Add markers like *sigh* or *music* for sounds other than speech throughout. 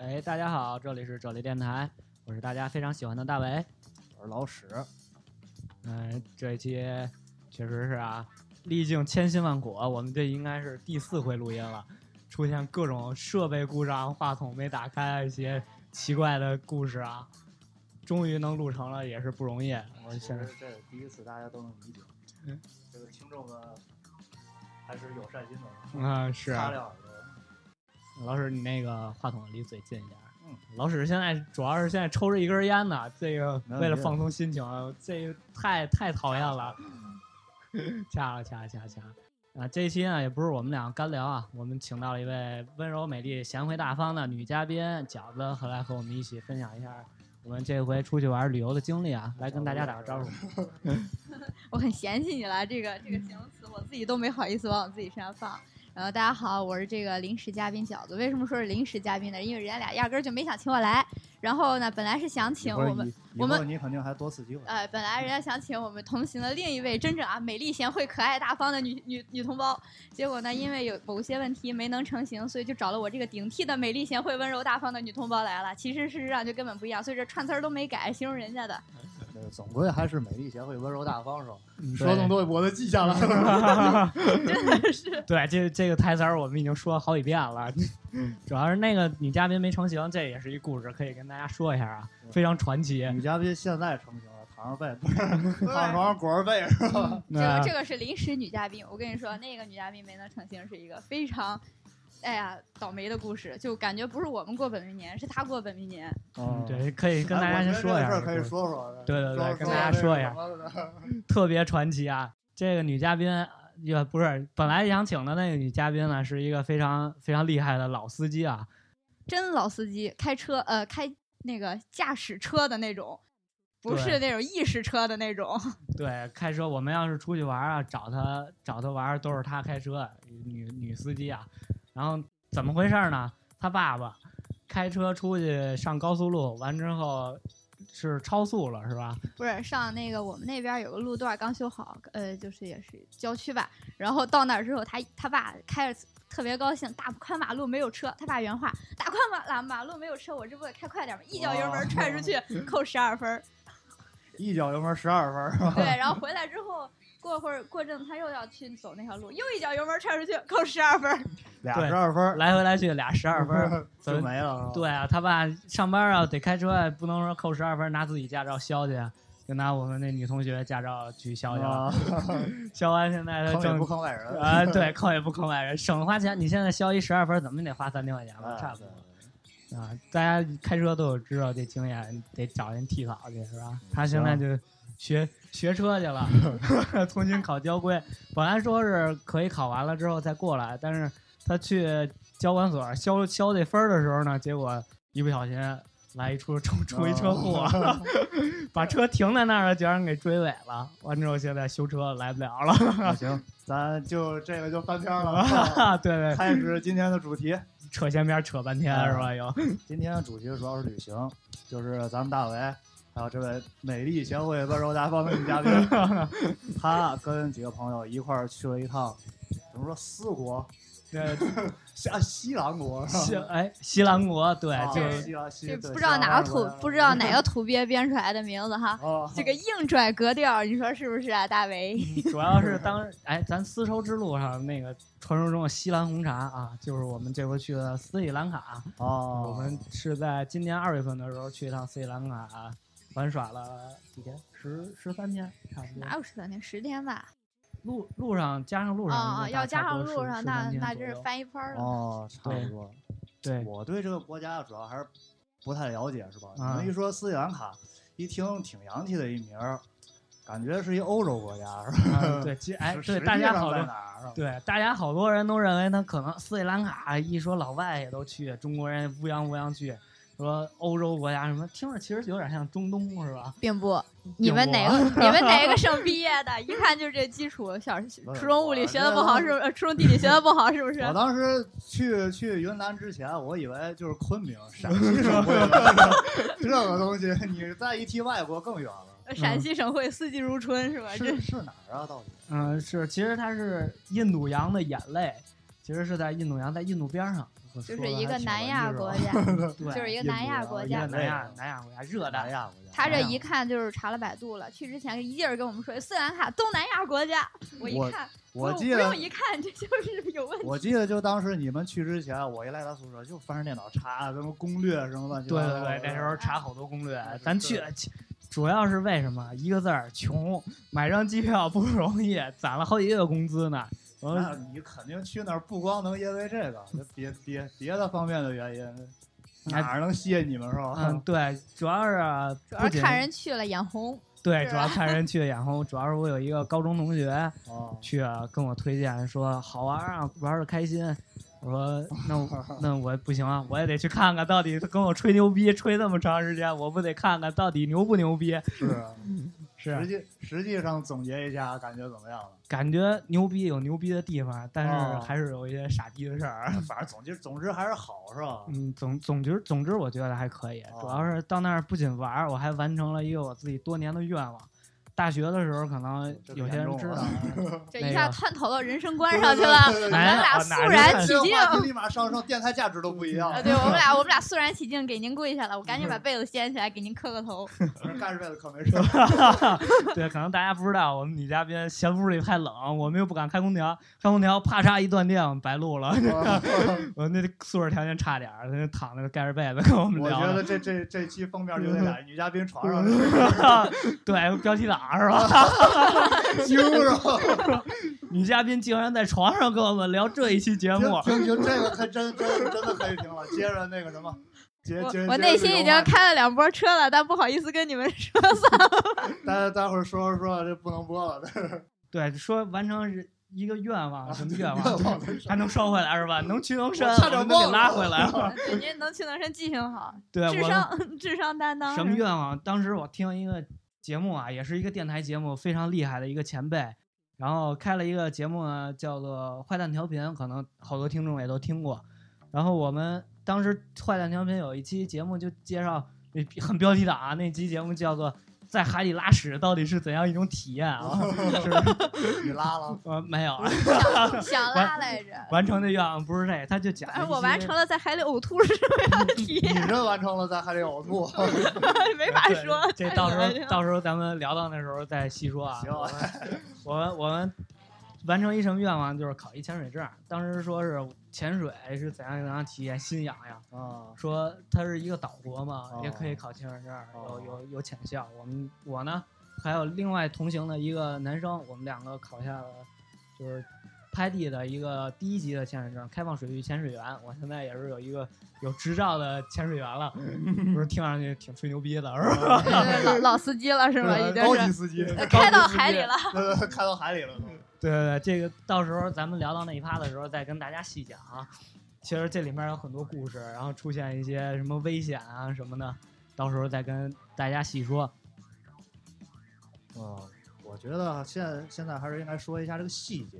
哎大家好，这里是这里电台，我是大家非常喜欢的大伟。我是老史，嗯、这一期确实是啊，历经千辛万苦，啊我们这应该是第四回录音了，出现各种设备故障、话筒没打开一些奇怪的故事啊，终于能录成了，也是不容易。我现在其实这是第一次，大家都能理解。嗯，这个听众们还是有善心的，嗯、是擦亮耳朵。老史，你那个话筒离嘴近一点。嗯，老史现在主要是现在抽着一根烟呢，这个没问题啊为了放松心情，啊这个太太讨厌了。嗯掐了掐了掐了掐了啊！这一期呢也不是我们俩干聊啊，我们请到了一位温柔美丽、贤惠大方的女嘉宾饺子，和来和我们一起分享一下我们这回出去玩旅游的经历啊，来跟大家打个招呼。我很嫌弃你了，这个这个形容词我自己都没好意思往我自己身上放。然后大家好，我是这个临时嘉宾饺子。为什么说是临时嘉宾呢？因为人家俩压根儿就没想请我来。然后呢，本来是想请我们，，以我后们你肯定还多次机会。呃，本来人家想请我们同行的另一位真正啊美丽、贤惠、可爱、大方的女女女同胞，结果呢，因为有某些问题没能成行，所以就找了我这个顶替的美丽、贤惠、温柔、大方的女同胞来了。其实事实上就根本不一样，所以这串词儿都没改，形容人家的。那个总归还是美丽协会温柔大方是吧？嗯说这对么多，我都记下了。 *laughs* 对，这这个台词儿我们已经说了好几遍了，嗯主要是那个女嘉宾没成型，这也是一故事，可以跟大家说一下啊，对非常传奇。女嘉宾现在成型了，躺上被，不是躺床上裹着 *laughs* 被是吧？这个那这个是临时女嘉宾，我跟你说，那个女嘉宾没能成型是一个非常，哎呀倒霉的故事，就感觉不是我们过本命年，是她过本命年。嗯，对，可以跟大家哎先我觉得说一下这这事个故儿事，可以说啊说。对对对说跟大家说一下。说这个特别传奇啊！这个女嘉宾呃也不是本来想请的那个女嘉宾呢，是一个非常非常厉害的老司机啊。真老司机，开车呃开那个驾驶车的那种，不对是那种意识车的 *laughs* 那种。对，开车我们要是出去玩啊，找她找她玩儿都是她开车，女女司机啊。然后怎么回事呢？她爸爸开车出去上高速路，完之后是超速了，是吧？不是上那个我们那边有个路段刚修好，呃，就是也是郊区吧。然后到那儿之后，他他爸开着特别高兴，大宽马路没有车。他爸原话：大宽马马马路没有车，我这不得开快点吗？一脚油门踹 *laughs* 出去，扣十二分儿。一脚油门十二分是 *laughs* 吧？对，然后回来之后。过会儿过阵，他又要去走那条路，又一脚油门踹出去，扣十二分儿。俩对十二分，来回来去俩十二分 *laughs* 儿。就没了是吧？对啊，他爸上班啊得开车啊，不能说扣十二分拿自己驾照削去，啊就拿我们那女同学驾照去削去了。啊，削完现在他坑也挣不坑外人。啊， *laughs* 对，坑也不坑外人，省花钱。你现在削一十二分，怎么也得花三千块钱吧，哎差不多。啊。大家开车都有知道这经验，得找人替考去是吧？他现在就学学车去了，重新考交规。本来说是可以考完了之后再过来，但是他去交管所消消这分儿的时候呢，结果一不小心来一出出出一车祸，把车停在那儿了，叫人给追尾了。完之后现在修车来不了了。那行，咱就这个就翻篇儿 *laughs* 了。啊， *laughs* 对对，开始今天的主题，扯闲篇儿扯半天是吧？又今天的主题主要是旅行，就是咱们大为还有这位美丽协会温柔大方的女嘉宾， *laughs* 她跟几个朋友一块儿去了一趟，怎么说四国？那西啊西兰国西是吧？哎西兰国对啊，就对是西兰这西，对不知道哪个土，不知道。西哪个土鳖编出来的名字哈 *laughs* 兰。国啊，这个硬拽格调，你说是不是啊，大为？ *laughs* 主要是当哎咱丝绸之路上那个传说中的西兰红茶啊，就是我们这回去的斯里兰卡，哦，我们是在今年二月份的时候去一趟斯里兰卡。玩耍了几天，十十三天，差不多。哪有十三天？十天吧。路路上加上路上啊应啊，该要加差上不多路10上， 13那天那左真是右翻一番儿了。哦，差不多。对我对这个国家主要还是不太了解，是吧？你啊们一说斯里兰卡，一听挺洋气的一名儿，感觉是一欧洲国家，是吧？啊对，其哎 *laughs* 实对实大际家上好在多哪儿？是吧对，大家好多人都认为呢，可能斯里兰卡一说老外也都去，中国人乌泱乌泱去，说欧洲国家什么，听着其实有点像中东是吧？并不，你们哪个你们哪个省毕业的？一看就是这基础，小不是初中物理学的不我好，这是不是？呃初中地理学的不好，是不是？我当时去去云南之前，我以为就是昆明、陕西省会了这个东西，你再一提外国更远了。呃陕西省会四季如春，是吧？这是是哪儿啊？到底？呃嗯，是，其实它是印度洋的眼泪，其实是在印度洋，在印度边上，我说就是得一还个挺南文亚艺是国吧家，对，就是一个印南度亚啊国一个家。南亚南亚国家，热南带。亚国家，他这南亚一看就是查了百度了，去之前一劲儿跟我们说斯兰卡东南亚国家，我一我看，我不记不得用一看，这就是 *laughs* 有问题。我记得就当时你们去之前，我一来他宿舍就翻着电脑查什么攻略什么乱七对八对糟的。对，那时候查好多攻略，咱去对去主要是为什么？一个字儿穷，买张机票不容易，攒了好几个月工资呢。我那你肯定去那儿不光能因为这个，就别别别的方面的原因，哪儿能吸引你们是吧？嗯，对，主要是啊主不要仅是看人去了眼红，对，是主要看人去，然后主要是我有一个高中同学哦，去啊跟我推荐说好玩啊，玩的开心。我 *laughs* 说那我那我不行啊，我也得去看看到底跟我吹牛逼吹那么长时间，我不得看看到底牛不牛逼？是。啊是实啊际实际上总结一下，感觉怎么样了？感觉牛逼有牛逼的地方，但是哦还是有一些傻逼的事儿。 *laughs* 反正总之总之还是好，是吧？嗯，总总之总之，我觉得还可以。主要哦是到那儿不仅玩儿，我还完成了一个我自己多年的愿望。大学的时候，可能这有可些严人重知了啊 *laughs* 道，这那一下个探讨到人生观对上去了，对对对对咱们俩啊哪哪肃就然看起这个敬。话题立马上升，电台价值都不一样啊，了。对我们俩，我们俩肃然起敬，给您跪下了。我 *laughs* 赶紧把被子掀起来，给您磕个头。干这辈子可没事儿。 *laughs* 对，可能大家不知道，我们女嘉宾嫌屋里太冷，我们又不敢开空调，开空调啪嚓一断电，我们白录了。 *laughs* 啊我那宿舍条件差点儿，那躺着盖着被子跟我们我聊觉了。得这这这期封面就得俩女嘉宾床上 *laughs* 对，标题党是 *laughs* 吧？惊是吧？ *laughs* 女嘉宾竟然在床上跟我们聊这一期节目，停停停，这个可真真真的可以停了。接着那个什么，接接我我内心已经，开了两波车了，但不好意思跟你们 *laughs* 说，算了。待待会儿说着说着这不能播了，对，说完成一个愿望，什么 *laughs* 愿望？忘了。还能收回来是吧？能屈能伸，我差点我们能给忘了拉回 *laughs* 来对您能去能伸，记性好， *laughs* 对，智我商智商担当。什么愿望？当时我听一个节目啊，也是一个电台节目，非常厉害的一个前辈，然后开了一个节目呢，叫做《坏蛋调频》，可能好多听众也都听过。然后我们当时《坏蛋调频》有一期节目就介绍，呃很标题党啊，那期节目叫做。在海里拉屎到底是怎样一种体验啊？是不 *laughs* 是？你拉了，呃，没有，想想拉来着。 *laughs* 完成的愿望不是这，他就讲了反正一呃我些完成了在海里呕吐是什么样的体你验，这完成了，咱还得呕 *laughs* 吐。没嗯法啊对说。这太到时恶心候 *laughs* 了到时候咱们聊到那时候再细说啊。行我们我们我们完成一什么愿望，就是考一潜水证。当时说是潜水是怎样怎样体验，心痒痒。啊，说它是一个岛国嘛，哦也可以考潜水证，有哦有有潜校。我们我呢，还有另外同行的一个男生，我们两个考下了就是拍地的一个第一级的潜水证，开放水域潜水员。我现在也是有一个有执照的潜水员了，不是听上去挺吹牛逼的，是吧？ *laughs* 对对老老司机了是吧？已经高级是司机，呃开到海 *laughs* 里了。开到海里了。对对对，这个到时候咱们聊到那一趴的时候再跟大家细讲啊。其实这里面有很多故事，然后出现一些什么危险啊什么的，到时候再跟大家细说。 *laughs* 嗯，我觉得现在现在还是应该说一下这个细节，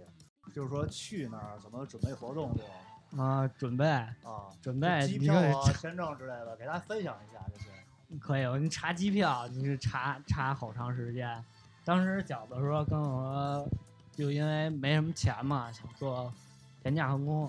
就是说去那儿怎么准备活动这种啊，准备啊，准备，机你票可以啊、签证之类的，给大家分享一下这些。可以，你查机票，你是查查好长时间。当时饺子说跟我，就因为没什么钱嘛，想做廉价航空。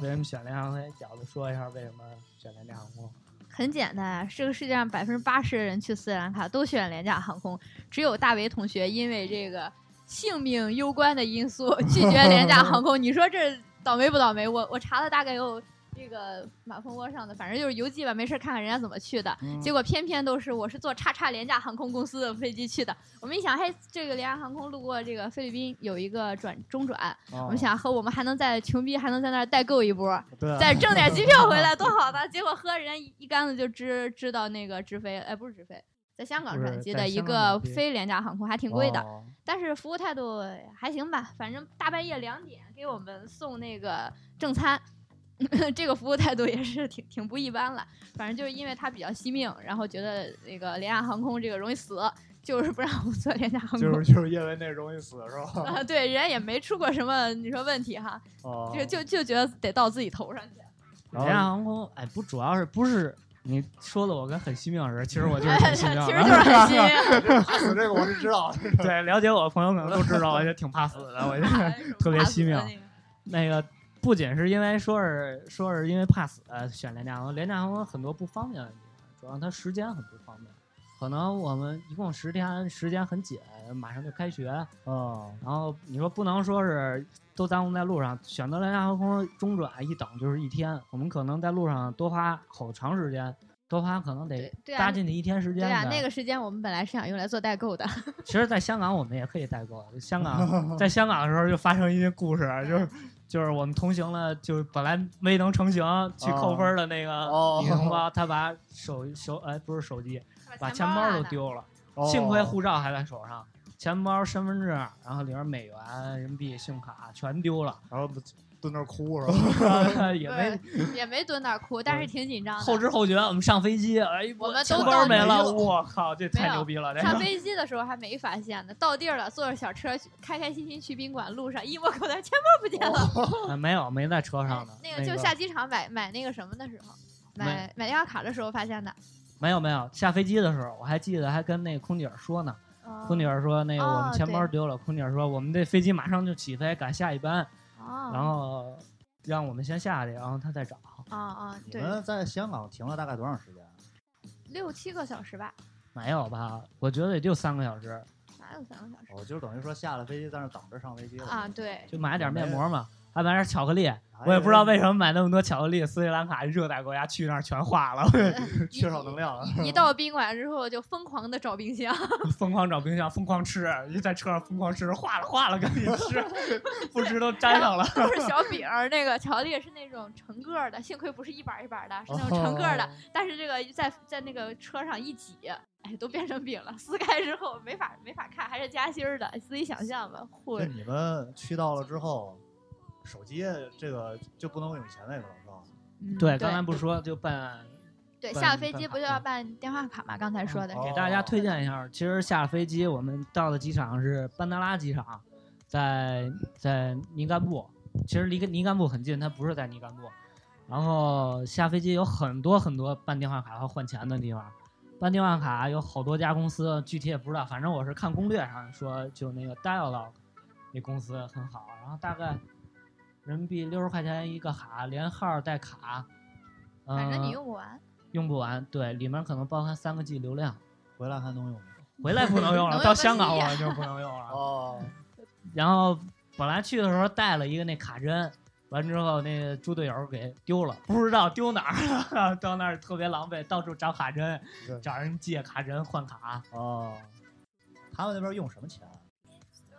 为 *laughs* 嗯，什么选廉价航空？饺子说一下为什么选廉价航空。很简单啊，这个世界上百分之八十的人去斯里兰卡都选廉价航空，只有大为同学因为这个性命攸关的因素 *laughs* 拒绝 *laughs* 廉价航空。你说这倒霉不倒霉？我我查了大概有这个马蜂窝上的，反正就是游记吧，没事儿看看人家怎么去的。嗯结果偏偏都是我是坐叉叉廉价航空公司的飞机去的。我们一想，嘿，这个廉价航空路过这个菲律宾有一个转中转，我我哦们想和我们还能在穷逼还能在那儿代购一波，对嗯啊，再挣点机票 *laughs* 回来多好呢！结果喝人家一一竿子就支支到那个直飞，哎，不是直飞，在香港不是转机在的一香港个转机非廉价航空，还挺贵的，哦但是服务态度还行吧。反正大半夜两点给我们送那个正餐， *laughs* 这个服务态度也是挺挺不一般了。反正就是因为它比较惜命，然后觉得那个廉价航空这个容易死，就是不让我们坐廉价航空。就是就是因为那容易死是吧？啊， *laughs* 对，人家也没出过什么你说问题哈，哦，就就就觉得得到自己头上去。然廉后价航空，哎，不，主要是不是你说的我跟很惜命似的，其实我就是哎很其惜实命 *laughs* 啊就的。 *laughs* 是很惜运怕 *laughs* 死这个我是知道的。 *laughs* 对，了解我的朋友可能都知道，我就挺怕死的，我就特别惜命。那个不仅是因为说是说是因为怕死、呃选廉价航空，廉价航空很多不方便的地方，主要它时间很不方便。可能我们一共十天，时间很紧，马上就开学，哦，然后你说不能说是都耽误在路上，选择廉价航空中转一等就是一天，我们可能在路上多花好长时间，多花可能得对对啊搭，进去一天时对间的。啊，那个时间我们本来是想用来做代购的，其实，在香港我们也可以代购。啊香港 *laughs* 在香港的时候就发生一些故事，啊 *laughs* 就是就是我们同行了，就是本来没能成行去扣分的那个哦女同胞，她把手手哎不是手机， *laughs* 把钱包都丢了， *laughs* 哦幸亏护照还在手上，钱包、身份证，然后里边美元、人民币、信用卡全丢 *laughs* 了，然后蹲那儿哭是吧？也没对也没蹲那儿哭，但是挺紧张的。后知后觉，我们上飞机，哎，我们钱都包到没那了，了我靠，这没太有牛逼了，这上个。飞机的时候还没发现呢，到地儿了，坐着小车去开开心心去宾馆，路上一摸口袋，钱包不见了。啊没有，没在车上呢。那个就下机场买买那个什么的时候，买买电话卡的时候发现的。没有没有，下飞机的时候，我还记得还跟那个空姐儿说呢。哦空姐儿说：“那个哦我们钱包丢了。空姐儿说：“我们这飞机马上就起飞，赶下一班，哦，然后让我们先下去，然后他再找。啊啊，你对，们在香港停了大概多长时间？六七个小时吧，”没有吧？我觉得也就三个小时，哪有三个小时？哦，就是等于说下了飞机，在那儿等着上飞机了啊，，对，就买点没面膜哎嘛，还买点巧克力。我也不知道为什么买那么多巧克力。斯里兰卡热带国家去那儿全化了， *laughs* 么 *laughs* 缺少能量了。嗯一到宾馆之后就疯狂的找冰箱， *laughs* 疯狂找冰箱，疯狂吃，一在车上疯狂吃，化了化了赶紧吃， *laughs* 不吃都粘上了。都是小饼儿，那个巧克力是那种成个儿的，幸亏不是一板儿一板儿的，是那种成个儿的，哦但是这个在在那个车上一挤，哎，都变成饼了，撕开之后没法没法看，还是夹心儿的，自己想象吧，就或你们去到了之后，手机这个就不能用以前那种了，是吧？ *laughs* 对，嗯对刚才不是说就办对，办下飞机办不就卡要吗哦办电话卡吗？刚才说的是给大家推荐一下，其实下了飞机，我们到的机场是班达拉机场，在在尼甘布，其实离尼甘布很近，它不是在尼甘布。然后下飞机有很多很多办电话卡和换钱的地方，办电话卡有好多家公司，具体也不知道，反正我是看攻略上说，就那个 Dialog 那公司很好，然后大概人民币六十块钱一个卡，连号带卡，嗯、反正你用不完，用不完，对，里面可能包含三个 G 流量。回来还能用吗？回来不能用了， *laughs* 能到用香港个啊我屁们呀就不能用了。哦，然后本来去的时候带了一个那卡针，完之后那个猪队友给丢了，不知道丢哪儿了， *laughs* 到那儿特别狼狈，到处找卡针，对找人借卡针换卡。哦，他们那边用什么钱啊？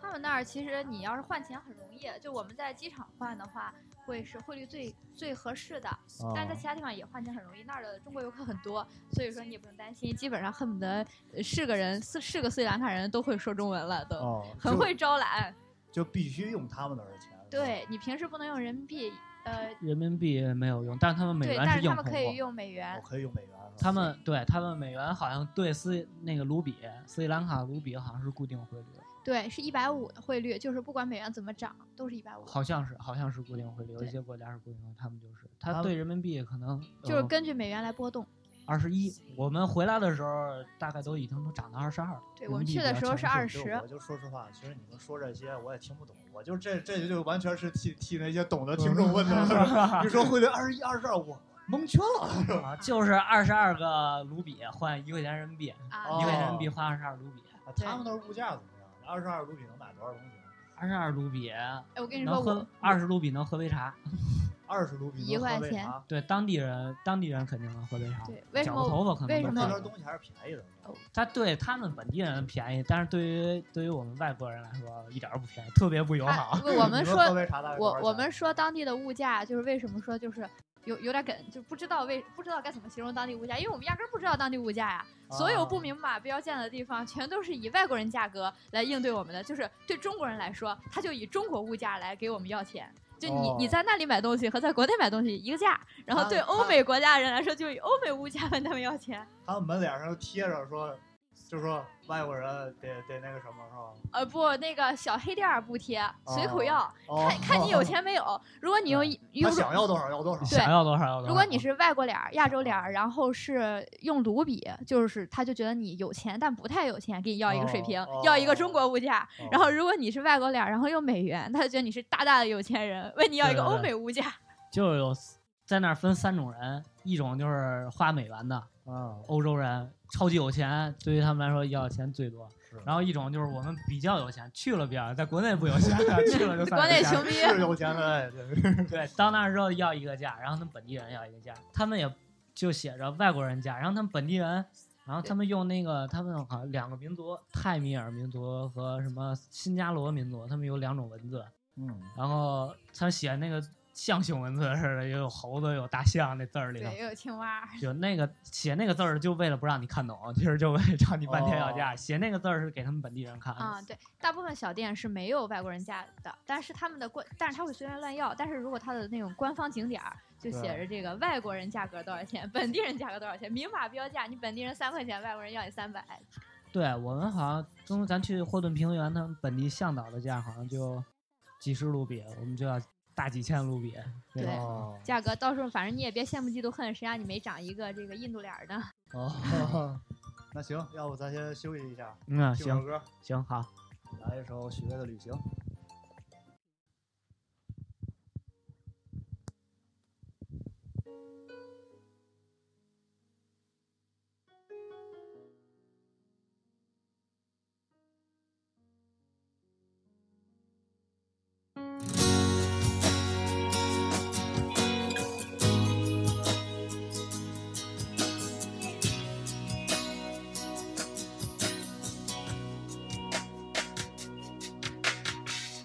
他们那儿其实你要是换钱很容易，就我们在机场换的话，会是汇率最最合适的，哦但是在其他地方也换钱很容易。那儿的中国游客很多，所以说你也不用担心，基本上恨不得呃是个人是是个斯里兰卡人都会说中文了，都、哦，很会招揽。就，就必须用他们那儿的钱。是吧，对你平时不能用人民币，呃，人民币没有用，哦但是他们美对，元但是他硬们通可以货。用美元我。哦可以用美元。是吧他们对他们美元好像对斯那个卢比，斯里兰卡卢比好像是固定汇率，对，是一百五的汇率，就是不管美元怎么涨，都是一百五，好像是好像是固定汇率，有对一些国家是固定的，他们就是他他们对人民币可能就是嗯根据美元来波动。二十一，我们回来的时候大概都已经都涨到二十二了。对我们去的时候是人二民币就十，我就说实话，其实你们说这些我也听不懂，我就这这就完全是替替那些懂的啊听众问的事 *laughs* 嗯 *laughs* 儿。你说汇率二十一、二十二，我蒙圈了。比较强势啊，就是二十二个卢比换一块钱人民币，一啊，哦块对钱人民币换二十二卢比，他们那儿物价怎么样？二十二卢比能买多少东西？啊二十二卢比哎，我跟你说，能我喝二十卢比能喝杯茶。二十卢比一能块喝杯钱茶。对当地人，当地人肯定能喝杯茶。对为什绞么个头发可能为都什那可边么以东西还是便宜的。他对他们本地人便宜，但是对于对于我们外国人来说一点儿都不便宜，特别不友他好。啊不 *laughs* 我们你说喝杯茶大概多少钱我啊我们说当地的物价，就是为什么说就是有有点梗，就不知道为不知道该怎么形容当地物价，因为我们压根儿不知道当地物价呀。所有不啊明码标价的地方，全都是以外国人价格来应对我们的，就是对中国人来说，他就以中国物价来给我们要钱。就你、哦啊你在那里买东西和在国内买东西一个价，然后对他欧美国家人来说，就以欧美物价问他们要钱。他们门脸上贴着说就是说外国人得得那个什么是吧？呃，不，那个小黑店儿补贴，随口要，哦，看看你有钱没有。如果你用对用他想要多少要 *laughs* 多少。哦对想要多少要多少。如果你是外国脸儿、亚洲脸儿，然后是用卢比，就是他就觉得你有钱，但不太有钱，给你要一个水平，哦要一个中国物价。哦然后如果你是外国脸儿，然后用美元，他就觉得你是大大的有钱人，问你要一个对对欧对美物价。就有在那儿分三种人，一种就是花美元的嗯，欧洲人，超级有钱，对于他们来说要钱最多是。然后一种就是我们比较有钱，去了比较，在国内不有钱，去了就算国内有钱穷逼，是有钱的，对对 *laughs* 对，到那儿之后要一个价，然后他们本地人要一个价，他们也就写着外国人价，然后他们本地人，然后他们用那个他们好像两个民族，泰米尔民族和什么新加罗民族，他们有两种文字，嗯，然后他们写那个象形文字似的，也有猴子有大象那字儿里头对，，又有青蛙。有那个写那个字儿就为了不让你看懂，其实就为了让你半天要价，写那个字儿是给他们本地人看的。哦啊、对，大部分小店是没有外国人家的，但是他们的官，但是他会随便乱要。但是如果他的那种官方景点儿就对写着这个外国人价格多少钱，本地人价格多少钱，明码标价，你本地人三块钱，外国人要你三百，对我们好像中咱去霍顿平原，他们本地向导的价好像就几十卢比，我们就要大几千卢比。对哦 *laughs* 价格到时候反正你也别羡慕嫉妒恨，谁让你没长一个这个印度脸儿呢？哦，那行，要不咱先休息一下，嗯，听首行歌，行好。来一首许巍的《旅行》。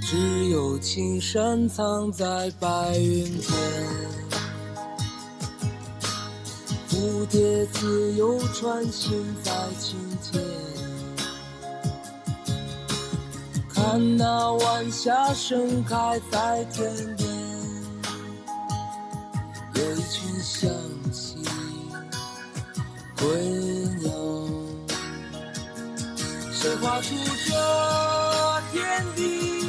只有青山藏在白云间，蝴蝶自由穿行在清涧，看那晚霞盛开在天边，有一群向西归鸟。谁画出这天地，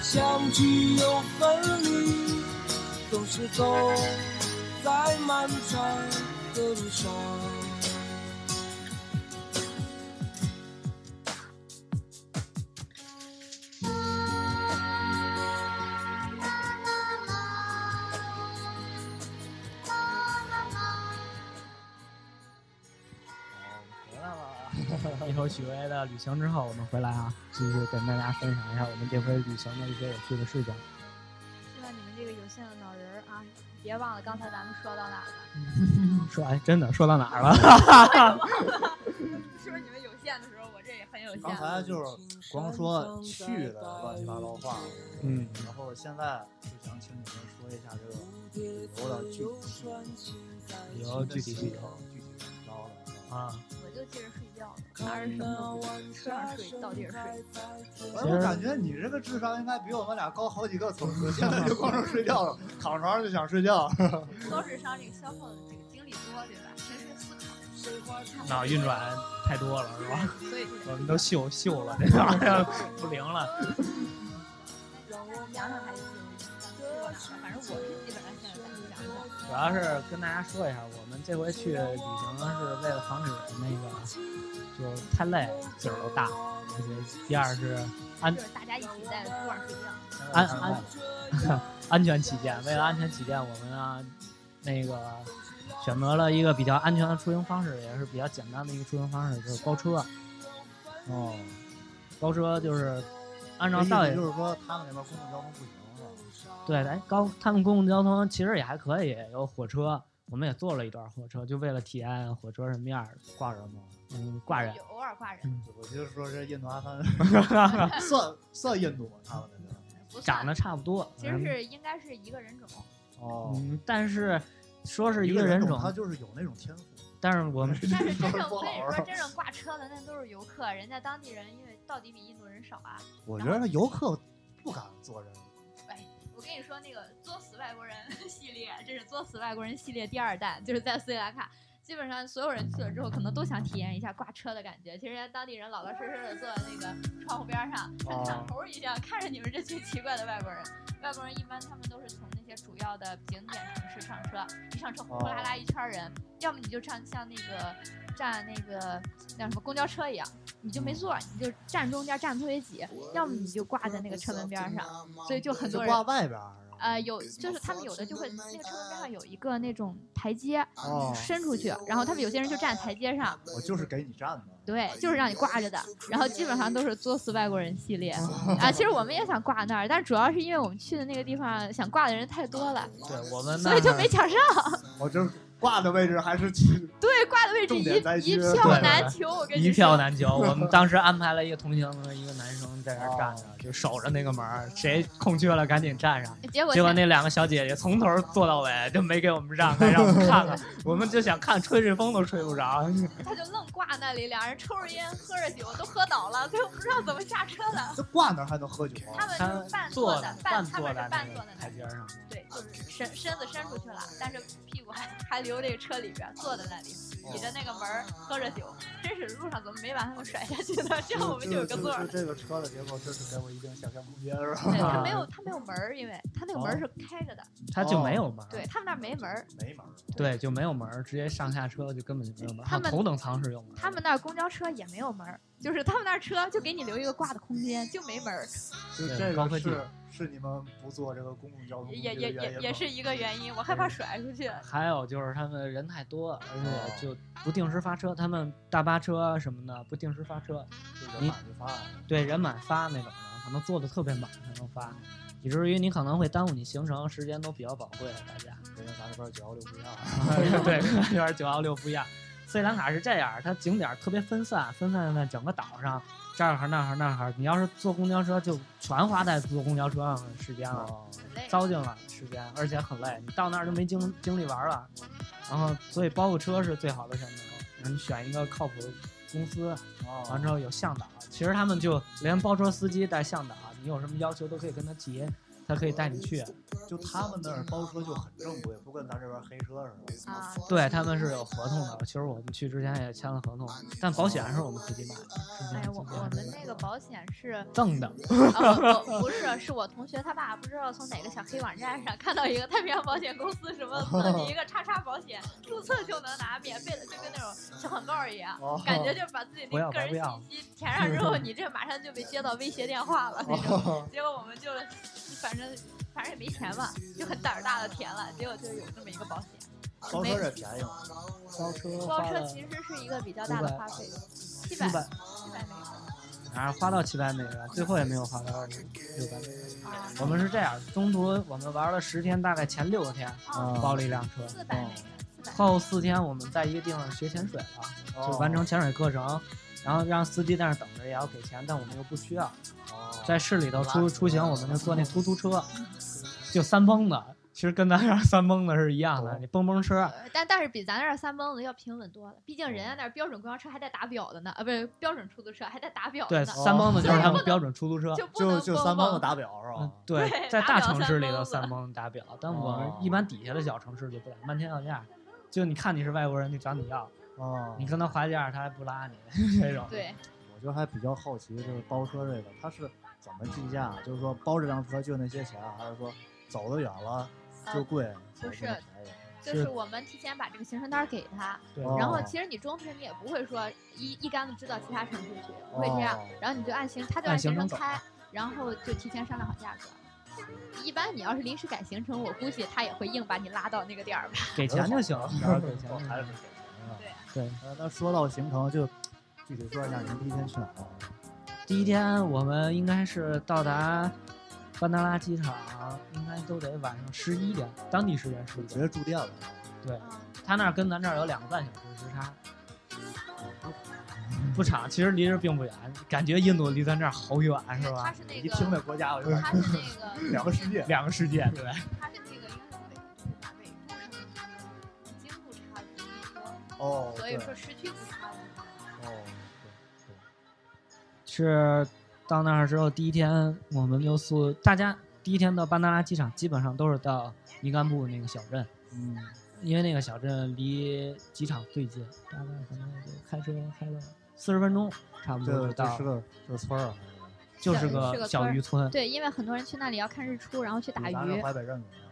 相聚又分离，总是走在漫长的路上。哦回来了，一首许巍的《旅行》之后，我们回来啊，继续跟大家分享一下我们这回旅行的一些有趣的事情。希望你们这个有限的脑仁儿啊，别忘了刚才咱们说到哪儿了？说哎，真的说到哪儿了？是不是你们有限的时候，我这也很有限？刚才就是光说去的乱七八糟话，嗯然后现在就想请你们说一下这个旅游的具体嗯旅游具体具细节体具体怎么着的是吧啊，我就接着睡觉了，哪有什么吃上睡到地儿睡？哎，我感觉你这个智商应该比我们俩高好几个层次，现在就光着睡觉了，躺床上就想睡觉。高智商这个消耗的这个精力多，对吧？平时思考，脑运转太多了是吧？所以我们都锈锈了，这玩意儿不灵了。想想还行。过去，反正我是基本上现在在新疆逛。主要是跟大家说一下，我们这回去旅行是为了防止那个就是太累，劲儿都大。而且第二是安就是大家一起在路上睡觉。安安 *laughs* 安全起见，为了安全起见，我们啊那个选择了一个比较安全的出行方式，也是比较简单的一个出行方式，就是包车。哦，包车就是按这照意道思理就是说他们那边公共交通不行是对，哎，高他们公共交通其实也还可以，有火车，我们也坐了一段火车，就为了体验火车什么样儿，吧？挂人吗？嗯，挂人。有偶尔挂人，我就说这印度阿三 *laughs* 算算印度吗？他们那边？不嗯算长得差不多，其实是应该是一个人种，哦，嗯，但是说是一一个人人种种，他就是有那种天赋。但是我们但是真正不我跟你好说，真正挂车的那都是游客，人家当地人因为到底比印度人少啊。我觉得游客不敢坐人。我跟你说，那个作死外国人 *laughs* 系列，这是作死外国人系列第二弹，就是在斯里兰卡，基本上所有人去了之后，可能都想体验一下挂车的感觉。其实人家当地人老老实实的坐在那个窗户边上，像哦探头一样看着你们这群奇怪的外国人。外国人一般他们都是从那些主要的景点城市上车，一上车呼呼啦啦一圈人，要么你就站像那个站那个叫什么公交车一样，你就没座，你就站中间站得特别挤，要么你就挂在那个车门边上，所以就很就多人挂外边儿。呃，有就是他们有的就会那个车门边上有一个那种台阶哦，伸出去，然后他们有些人就站台阶上，我就是给你站的。对，就是让你挂着的。然后基本上都是作死外国人系列嗯啊。其实我们也想挂那儿，但主要是因为我们去的那个地方想挂的人太多了，对我们所以就那儿没抢上。我这挂的位置还是去对，挂的位置重一点灾区一对票对难对求，我跟你一说。票难求。我 *laughs* 们当时安排了一个同行的一个男生在那儿站着，就守着那个门儿，谁空缺了赶紧站上。结果结果现那两个小姐姐从头坐到尾，就没给我们让开，让我们看看，我们就想看吹吹风都吹不着。他就愣挂那里，俩人抽着烟喝着酒都喝倒了，所以我不知道怎么下车的。这挂那儿还能喝酒啊。他们他就是半坐坐的，半他坐们在那是半坐个的那台阶上，对，就是身身子伸出去了，但是屁股还还留这个车里边，坐在那里，倚着那个门儿喝着酒。真是路上怎么没把他们甩下去呢？这样我们就有个座儿。这个车的结构，真是给我一定想象空间，*laughs* 是吧？对，他哦没有他没有门儿，因为他那个门儿是开着的，他就没有门儿。对他们那儿没门儿。没门儿。对，就没有门儿，直接上下车就根本就没有门儿。他啊们头等舱是有门儿的，他们那儿公交车也没有门儿，就是他们那儿车就给你留一个挂的空间，就没门儿，就对这高个科技是是你们不坐这个公共交通工也具的也也原因也吗也是一个原因。我害怕甩出去。还有就是他们人太多，而且就不定时发车，他们大巴车啊什么的不定时发车，就人满就发了。对人满发那种的，可能做的特别满才能发，以至于你可能会耽误你行程，时间都比较宝贵，大家。跟咱这边九幺六不一 *laughs* 样啊，对，跟那边九幺六不一样。斯里兰卡是这样，它景点儿特别分散，分散在整个岛上，这儿和那儿和那儿和。你要是坐公交车，就全花在坐公交车上的时间嗯了。哦很累。糟践了时间，而且很累，你到那儿就没精精力玩了。然后，所以包个车是最好的选择。然后你选一个靠谱的公司，哦完之后有向导，啊其实他们就连包车司机带向导，啊你有什么要求都可以跟他提，他可以带你去。就他们那儿包车就很正规，不跟咱这边黑车似的。啊，对他们是有合同的，其实我们去之前也签了合同，但保险是我们自己买的。哎呀，我我们那个保险是赠的，啊， *laughs* 我我不是，是我同学他爸不知道从哪个小黑网站上看到一个太平洋保险公司什么哦赠你一个叉叉保险，注册就能拿，免费的，就跟那种小广告一样，哦，感觉就是把自己不要的个不人要信息填上之后，你这马上就被接到威胁电话了那种。哦结果我们就反正反正也没钱嘛，就很胆儿大的填了，结果就有这么一个保险。包车这便宜吗？包车包车其实是一个比较大的花费，七四百七百，百美元反正花到七百美元，最后也没有花到六百美元。啊，我们是这样，中途我们玩了十天，大概前六天哦包了一辆车，四百啊美元，四百。后四天我们在一个地方学潜水了，啊就完成潜水课程，然后让司机在那儿等着，也要给钱，但我们又不需要。哦在市里头出出啊行，我们就坐那突突车，就三蹦的，其实跟咱这儿 *laughs* 三蹦的是一样哦的，那蹦蹦车。啊呃但但是比咱那儿三蹦子要平稳多了，毕竟人家那儿标准公交车还带打表的呢，啊，不是标准出租车还带打表的对，呢，三蹦子就是他们标准出租车。哦就不就能就蹦三帮子蹦。打表是嗯吧？，对，对在大打表城市里头三三蹦打表，但我哦们一般底下的小城市就不打，漫天要价，就你看你是外国人就找你要，哦你跟他划价他还不 *laughs* 拉你这种。对，我就还比较好奇，就是包车这个，它是怎么计价？就是说包这辆车就那些钱啊，还是说走得远了呃就贵，不走是得便宜就是是我们提前把这个行程单儿给他，对哦然后其实你中途你也不会说一一竿子知道其他城市去，不会这样哦，然后你就按行，他就按按行行程程走开，然后就提前商量好价格。一般你要是临时改行程，我估计他也会硬把你拉到那个点儿吧。给钱就行，只要给钱 *laughs* 哦就还是行。给钱啊。对，呃那说到行程，就具体说一下您第一天去哪儿了？第一天我们应该是到达班达拉机场，应该都得晚上十一点，当地时间十一直点。接住店了。对他那儿跟咱这儿有两个半小时时差，不长，其实离这儿并不远，感觉印度离咱这儿好远，是他吧？是那一听个，这国家，我就感觉他是那个，两个世 *laughs* 界。两个世界，对。他是那个应该是北部吧，北部是那个经度差不多，哦，所以对说时区不差不多。哦，是到那儿之后，第一天我们就宿，大家第一天到班达拉机场，基本上都是到尼甘布那个小镇，嗯，因为那个小镇离机场最近，大概可能也就开车开个四十分钟，差不多这就这到是，个这个村儿啊，就是是个个村小儿渔村，对，因为很多人去那里要看日出，然后去打比咱这鱼。淮北啊镇怎么样？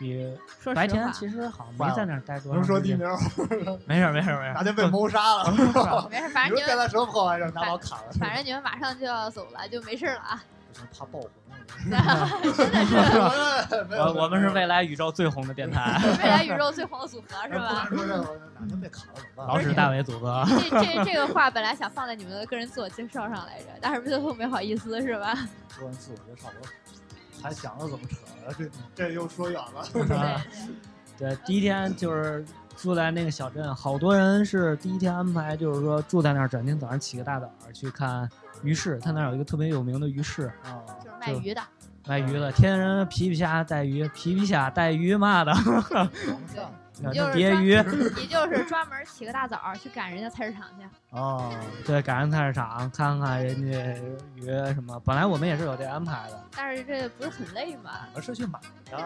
比说实话，白天其实好像没在那儿待多能长说时地间名。儿 *laughs* 吗，没事儿没事儿没事大儿，家被谋杀 *laughs* 了。没事，反你说正你现们在什么破玩意儿，拿刀砍了。反正你们马上就要走了，就没事了啊。不行，怕爆红。 *laughs* 没有我我们是未来宇宙最红的电 *laughs* 台， *laughs* 未来宇宙最黄的组合是没有不吧然？说这我哪天被砍了怎么办？老史大伟组 *laughs* 合。这这这个话本来想放在你们的个人自我介绍上来着，但是最后没好意思是啊吧？说完自我介绍，我还想着怎么扯呢，这这又说远了。对，对，第一天就是住在那个小镇，好多人是第一天安排，就是说住在那儿，转天早上起个大早儿去看鱼市，他那儿有一个特别有名的鱼市，啊，就是卖鱼的，卖鱼的，天人皮皮虾带鱼，皮皮虾带鱼嘛的，皇上你就是蝶鱼，你就是专门起个大早儿去赶人家菜市场去。啊，对，赶上菜市场看看人家鱼什么。本来我们也是有这安排的，但是这不是很累吗？而是去买呀，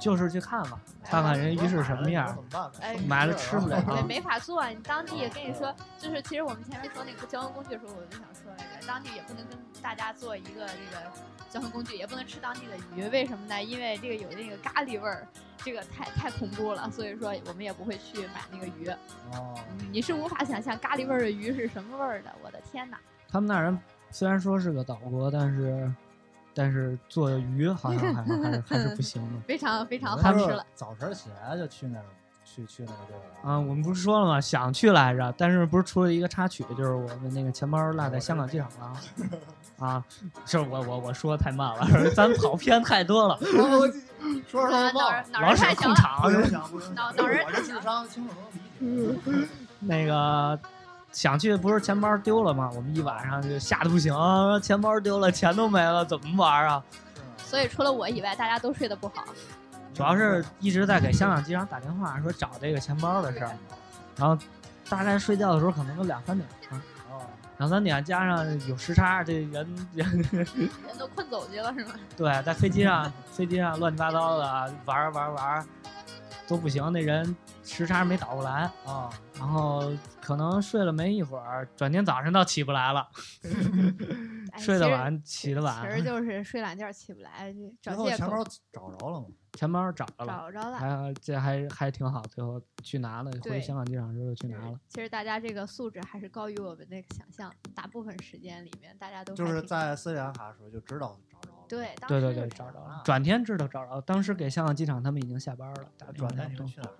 就是去看嘛，看看人鱼是什么样儿怎。么办？哎买了吃不了 *laughs* 对，啊 *laughs* 没法做。你当地也跟你说，就是其实我们前面说那个交通工具的时候，我就想说来着，当地也不能跟大家做一个这个交通工具，也不能吃当地的鱼，为什么呢？因为这个有那个咖喱味儿，这个太太恐怖了，所以说我们也不会去买那个鱼。嗯哦，你是无法想象咖喱味儿的鱼是什么味儿的，我的天哪！他们那儿人虽然说是个岛国，但是但是做鱼好像还还是还是不行 *laughs* 的。非常非常我好哦们吃是了。早晨起来就去那儿，去去那个地儿了。啊，我们不是说了吗？想去来着，但是不是出了一个插曲，就是我们那个钱包落在香港机场了。 *laughs* 啊，是我我我说的太慢了， *laughs* 咱跑偏太多 *laughs* 了，我说哪说儿忘哪老儿史太行控了，场。想不嗯脑脑仁儿我太这智小了。商轻松能嗯理解。那个想去，不是钱包丢了吗？我们一晚上就吓得不行，钱包丢了，钱都没了，怎么玩啊？所以除了我以外，大家都睡得不好。主要是一直在给香港机场打电话，说找这个钱包的事儿，然后大概睡觉的时候可能都两三点了，哦，两三点加上有时差，这人人都困走去了是 *laughs* 吗？对，在飞机上，飞机上乱七八糟的啊玩儿玩儿玩儿都不行，那人时差没倒过来，啊，然后可能睡了没一会儿，转天早上倒起不来了，哎睡得其实晚，起得其实晚，就是睡懒觉起不来，最就找后借钱包口找着了吗？钱包找着了，找着了。还这还还挺好，最后去拿了，对回香港机场之后去就拿是了。其实大家这个素质还是高于我们那个想象，大部分时间里面大家都就还是挺在斯里兰卡的时候就知道找着了。对，当对时对就对，这找样着啊了，转天知道找着了。当时给香港机场，他们已经下班了。打转电天你话们去哪儿了？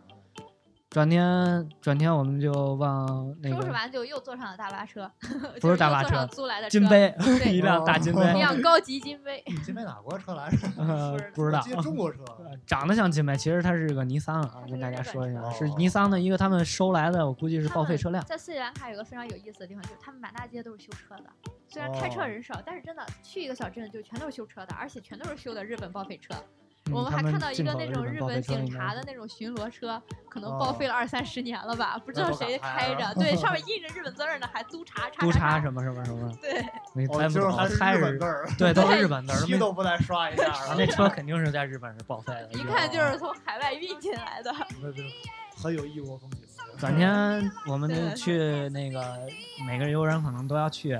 转天转天我们就往那收拾 *laughs* 个完就又坐上了大巴车， *laughs* 不就是大巴又坐上车租来的金车，杯，*laughs* 对一辆大金一杯， *laughs* 辆高级金杯，金杯哪国车来着？呃不知道接中 *laughs* 国车。呃长得像金杯，其实它是个尼桑啊，跟大家说一下，哦是尼桑的一个他们收来的，我估计是报废车辆。在斯里兰卡有个非常有意思的地方，就是他们满大街都是修车的，虽然开车哦人少，但是真的去一个小镇就全都是修车的，而且全都是修的日本报废车。嗯我们他还看到一进个口那的种日日本报废车警应该察是的那种巡逻车，可能哦报废了二三十年了吧，不知那道不敢谁开开啊着，*laughs* 对，上面印着日本字儿呢，还租查查督查察什么什么什么，对，你哦，猜不就是懂，还是猜日本字是儿，对，都是日本字儿，漆没都不带刷一下儿啊的。 *laughs* 那车肯定是在日本是报废的。一看就是从海外运进来的。哦那就很有异国风情。转 *laughs* 天我们对就去那个每个游人可能都要去，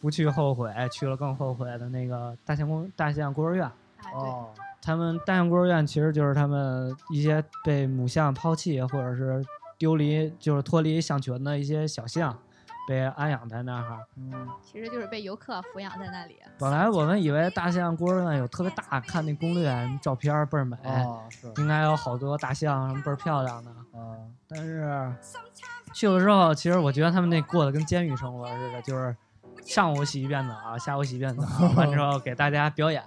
不去后悔，去了更后悔的那个大象公大象孤儿院。哎，对，哦，他们大象孤儿院其实就是他们一些被母象抛弃或者是丢离，就是脱离象群的一些小象，被安养在那儿哈。嗯，其实就是被游客抚养在那里。啊本来我们以为大象孤儿院有特别大，看那攻略什么照片儿倍儿美，哦，是，应该有好多大象什么倍儿漂亮的。啊，但是去了之后，其实我觉得他们那过得跟监狱生活似的，就是上午洗一遍澡，下午洗一遍澡，完之后给大家表演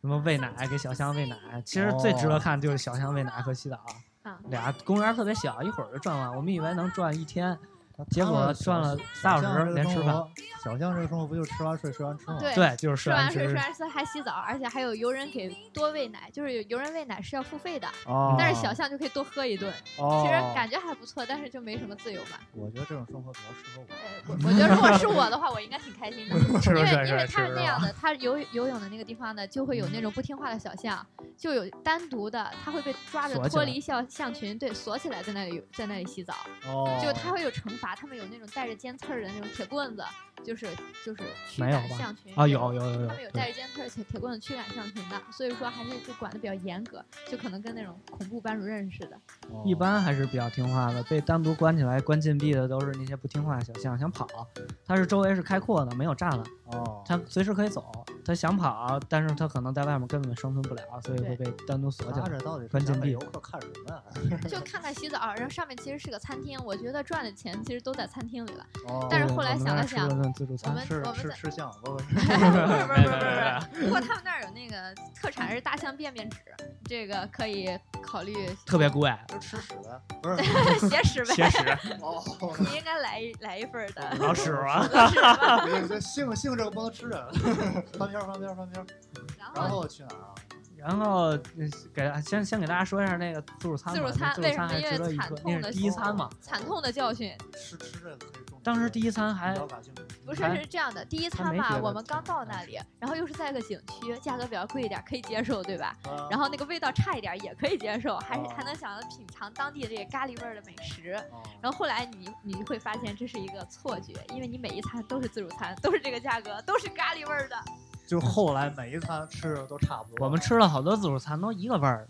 什么喂奶，给小象喂奶。其实最值得看就是小象喂奶和洗澡，啊俩公园特别小，一会儿就转完。我们以为能转一天，那结他果转们小了小仨小象时这个连生吃饭活。小象这个生活不就吃完睡，睡完吃吗？对对，就是吃吃完完睡，吃吃。完睡还洗澡，而且还有游人给多喂奶，就是有游人喂奶是要付费的，哦，但是小象就可以多喝一顿。哦，其实感觉还不错，但是就没什么自由吧。我觉得这种生活比较适合呃我。， *laughs* 我我觉得如果是我的话，我应该挺开心的，吃因着睡为因着为吃它着是那样的，它游游泳的那个地方呢，就会有那种不听话的小象，就有单独的，它会被抓着锁起脱来离象象群，对，锁起来在那里在那里洗澡，哦，就它会有惩罚，他们有那种带着尖刺儿的那种铁棍子，就是就是驱没有赶吧象群啊，有有有有他们有，带着尖刺儿铁铁棍子驱赶象群的，所以说还是就管的比较严格，就可能跟那种恐怖班主任似 *laughs* 的。哦一般还是比较听话的，被单独关起来、关禁闭的都是那些不听话的小象，想跑，它是周围是开阔的，没有栅栏，哦，它随时可以走，它想跑，但是它可能在外面根本生存不了，所以会被单独锁起他来。这到底是关想禁给闭游客看什么呀？就看看洗澡，然后上面其实是个餐厅，我觉得赚的钱其实都在餐厅里了。哦，但是对后来我们那想了儿吃想了顿自助餐我，们吃我们吃在吃象，不是不是不是不是不没是，不过他们那儿有那个特产是大象便便纸，这个可以考虑特别 *laughs* 贵，不是吃屎的，不是写屎呗。写屎，，哦，你应该来一来一份儿的老屎啊！是吧？ *laughs* 这这性性这个不能吃啊！翻篇儿翻篇儿翻篇儿，然然后后去哪儿啊？ *laughs* 然后呃给大先先给大家说一下那个自助餐吧，自助那餐自为助什餐还值得么因为一惨说，痛那是的第一餐嘛。惨痛的教训，吃吃这个可以中毒的。当时第一餐比还较感兴趣，不是还是这样的，第一还餐啊没觉嘛，得啊我们挺刚到那里，然后又是在一个景区，价格比较贵一点，可以接受，对吧？啊然后那个味道差一点也可以接受，还是哦还能想着品尝当地这个咖喱味儿的美食。哦然后后来你你会发现这是一个错觉，因为你每一餐都是自助餐，都是这个价格，都是咖喱味儿的。就后来每一餐吃的都差不多。我们吃了好多自助餐，都一个味儿。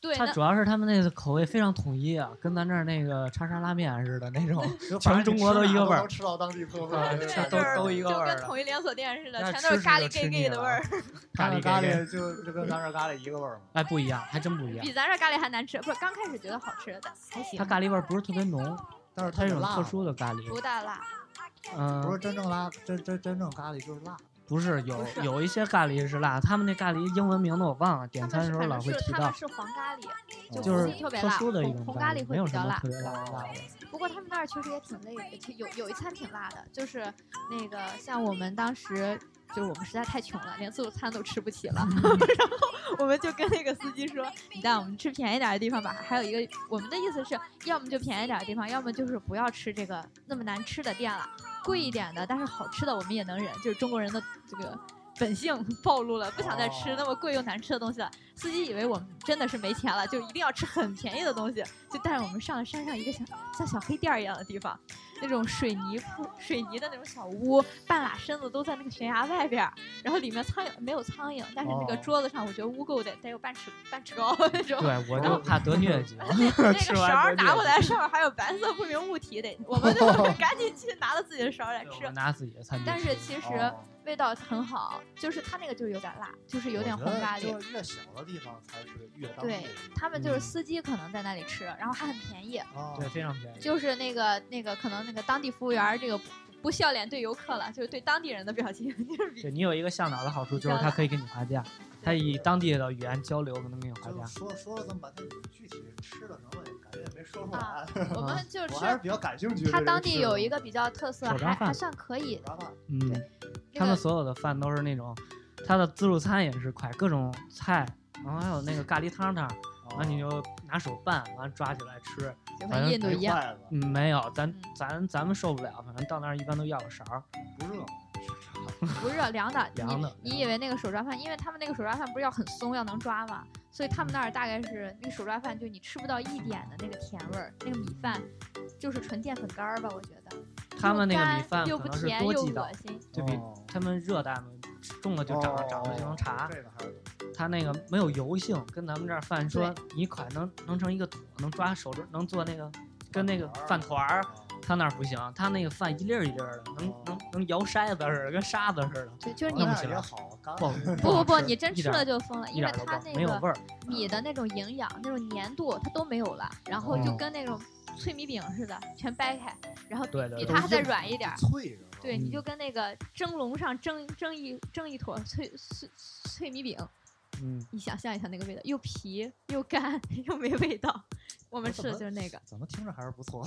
对，它那主要是他们那个口味非常统一啊，跟咱这儿那个叉叉拉面似的那种，就反全正中国你都一吃哪个味儿能吃到当地特色啊，这吃个都就是都一个味就儿跟的统一连锁店 *laughs* 似的，那全都吃是咖着喱就给吃腻给的了啊味儿，咖喱 *laughs* 咖咖喱喱就就跟咱这儿咖喱一个味儿嘛。哎，不一样，还 *laughs* 真不一样比。咱这咖喱还难吃。不是刚开始觉得好吃，但还行它，咖喱味儿不是特别浓，但是它是一是种辣特的，殊的咖喱不。大辣。嗯、不是真正辣，真真真正咖喱就是辣。不是有不是有一些咖喱是辣，他们那咖喱英文名字我忘了，点他餐的们是时候反老正会是提他到哦们，是黄咖喱，就就附是近特别特辣，殊的一红种红咖喱没会有比什较么辣特。别辣的哦辣的。不过他们那儿确实也挺累的，就有有一餐挺辣的，就是那个像我们当时。就是我们实在太穷了，连自助餐都吃不起了。 *laughs* 然后我们就跟那个司机说：“你带我们吃便宜点儿的地方吧。”还有一个，我们的意思是要么就便宜点儿的地方，要么就是不要吃这个那么难吃的店了，贵一点的，但是好吃的我们也能忍。就是中国人的这个本性 *laughs* 暴露了，不想再吃那么贵又难吃的东西了。司机以为我们真的是没钱了，就一定要吃很便宜的东西，就带着我们上了山上一个小像小黑店儿一样的地方，那种水泥铺水泥的那种小屋，半拉身子都在那个悬崖外边儿，然后里面苍蝇没有苍蝇，但是那个哦桌子上我觉得污垢得得有半尺半尺高 *laughs* 那种。对，我就怕 *laughs* 得疟疾。那个吃勺完儿得拿疟过疾来，上面还有白色不明物体，得 *laughs* 我们就赶紧去拿了自己的勺儿来对吃我。拿自己的餐具吃。但是其实哦味道很好，就是它那个就有点辣，就是有点哦我红觉得咖喱。就是嗯越小的地方才是越当地对他们就是司机可能在那里吃，然后还很便宜，哦对非常便宜。就是那个那个可能那个当地服务员儿这个不不笑脸对游客了，就是对当地人的表情， *laughs* 就是比对你有一个向导的好处就是他可以跟你划价，他以当地的语言交流可能跟你划价就。说说了这么半天，具体吃的什么也感觉也没说出啊来。我们就我还是吃。比较感兴趣。它当地有一个比较特色，手抓还饭还算可以。嗯，这他们个所有的饭都是那种，他的自助餐也是快，各种菜，然后还有那个咖喱汤汤，然后你啊就拿手拌，完了抓起来吃。就反跟正印度一样，筷子嗯，没有，咱嗯咱咱们受不了，反正到那儿一般都要个勺儿。不热，不热凉的。凉的你你以为那个手抓饭，因为他们那个手抓饭不是要很松，要能抓嘛，所以他们那儿大概是那个手抓饭，就你吃不到一点的那个甜味儿，那个米饭就是纯淀粉干儿吧，我觉得。他们那个米饭又可不能是甜多又季的恶，心，就比哦他们热带嘛，种了就长，哦长了就能查。这个还是有它那个没有油性，跟咱们这儿饭说对你款能能成一个坨，能抓手指，能做那个跟那个饭团儿，哦它那儿不行，它那个饭一粒儿一粒儿的，能能能摇筛子似的，跟沙子似的，对，就是那不你那行也好干。不不不不，好吃你真一吃点儿了就疯了，一因为点儿都不它好没那有个味儿。米的那种营养、那种粘度它都没有了，然后就嗯跟那种脆米饼似的，全掰开，然后对对比对它还再软一点儿。脆着呢。对，你嗯就跟那个蒸笼上蒸蒸一蒸一坨脆脆脆米饼，嗯，你想象一下那个味道，又皮又干 *laughs* 又没味道。我们我吃怎的么就是那个，怎么听着还是不 *laughs* 错。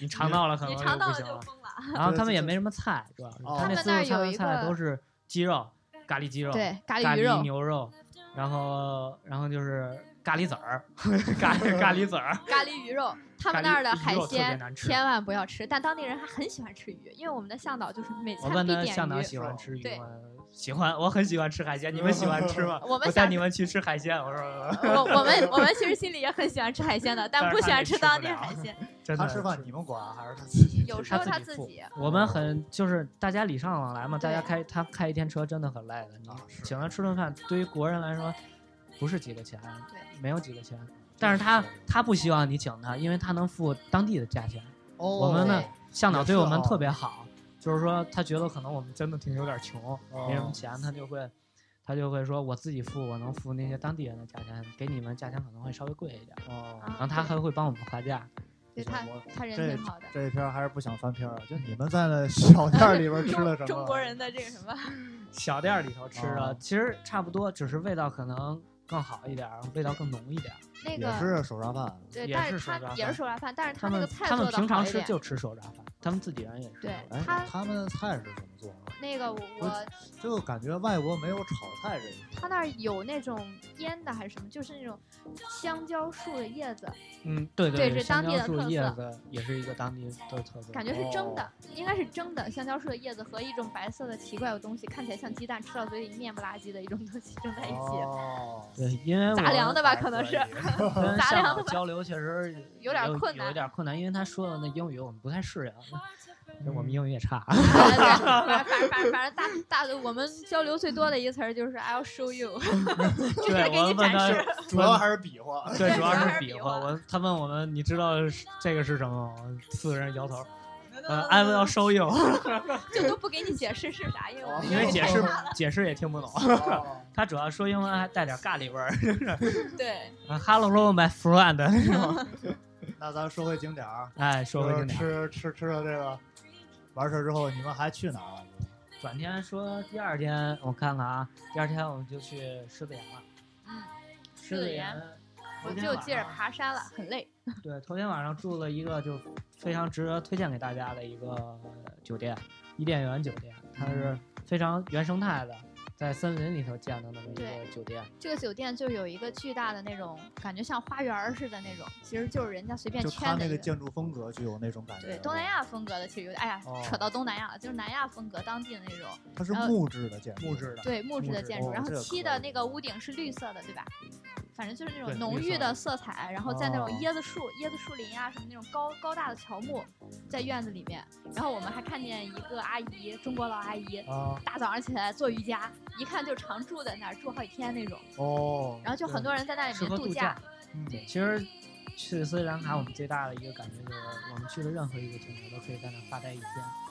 你尝到了可能你尝到不了行就了。疯了。然后他们也没什么菜，主要是哦他那他们自那儿助餐有的一菜个都是鸡肉、咖喱鸡肉、对，咖咖喱鱼喱肉，牛肉，然后然后就是咖喱籽 *laughs* 儿，咖喱咖喱籽儿。咖喱鱼肉，他嗯咖喱们那儿的鱼海肉特别鲜难吃千万不要吃，但当地人还很喜欢吃鱼，因为我们的向导就是每我餐问必他点向导鱼。喜欢吃鱼对嗯吗？喜欢，我很喜欢吃海鲜。你们喜欢吃吗？我我们带想你们去吃海鲜。我 *laughs* 说我我们我们其实心里也很喜欢吃海鲜的，但但是不他喜欢也吃吃当不地了海 *laughs* 鲜。真的他吃饭你们管还是他自己？有时他候自他己自付己，我们很就是大家礼尚往来嘛，大家对开他开一天车真的很累的，你啊是请他吃顿饭，对于国人来说不是几个钱，对没有几个钱，但是他他不希望你请他，因为他能付当地的价钱。我我们呢对，向导也对我是们哦特别好，就是说他觉得可能我们真的挺有点穷，没什么哦钱，他就会。他就会说我自己付，我能付那些当地人的价钱，给你们价钱可能会稍微贵一点。哦，然后他还会帮我们划价，啊对他他人这挺好的。这一片还是不想翻篇儿，就你们在 *laughs* 那小店儿里边吃了什中么？中国人的这个什 *laughs* 么，小店儿里头吃的哦，其实差不多，只是味道可能更好一点儿，味道更浓一点儿。那也个是手抓饭，对，也但是是手抓他也饭是手抓饭，但是他那们个菜他做们的平好常一吃点。就吃手抓饭，他们自己人也吃。对哎，他他们的菜是怎么做的？那个我我就感觉外国没有炒菜这一他那儿有那种腌的还是什么，就是那种香蕉树的叶子，嗯，对对对，是当香蕉地的树特叶色子也是一个当地的特色。感觉是蒸哦的，应该是蒸的香蕉树的叶子和一种白色的奇怪的东西，看起来像鸡蛋，吃到嘴里面不拉几的一种东西蒸在一起。起，哦，对，因为我杂粮的吧，可能是。 *laughs* 跟杂向粮导的吧交流确实 *laughs* 有点困有难点困难，因为他说的那英语我们不太适 *laughs* 应，就我们英语也差。反正反正反正反正大大我们交流最多的一个词儿就是 I'll show you，直接 *laughs* 对，给我你们问展他示。主要还是比划。 *laughs* 对，主 *laughs* 对主要要还是是比比划。划我他问我们，你知道是这个是什么吗？我们四个人摇头。呃，I will show *laughs* you， *laughs* 就都不给你解释是啥，因为我们因为解释太麻烦了解释也听不懂。哦他主要说英文还带点咖喱味儿。对，啊 Hello, my friend。 *laughs* 那咱说回景点儿，哎，说回景就点儿，是吃吃吃了这个，完事儿之后你们还去哪儿了？啊转天说第二天，我看看啊，第二天我们就去狮子岩了。嗯，狮子子岩岩，我头天就晚接着上爬山了，很累。对，头天晚上住了一个就非常值得推荐给大家的一个酒店——伊甸园酒店，它是嗯非常原生态的，在森林里头建的那么一个对酒店，这个酒店就有一个巨大的那种感觉像花园儿似的那种，其实就是人家随便就他圈的那一个个。建筑风格就有那种感觉。对东南，亚风格的，其实有点，哎呀哦，扯到东南亚了，就是南亚风格当地的那种，它是木质的建筑，木质的。对木质木的质建筑，哦然后这个漆可的以那个屋顶是绿色的，对吧？反正就是那对种浓绿色郁的的色彩，然后在那种哦椰子树、椰子树林啊什么那种高高大的乔木，在院子里面。然后我们还看见一个阿姨，中国老阿姨，啊，大早上起来做瑜伽，一看就常住在那儿，住好几天那种。哦，然后就很对多人在那里适面合度假假，嗯对，其实去斯里兰卡，我们最大的一个感觉就是，我们去的任何一个景点都可以在那儿发呆一天，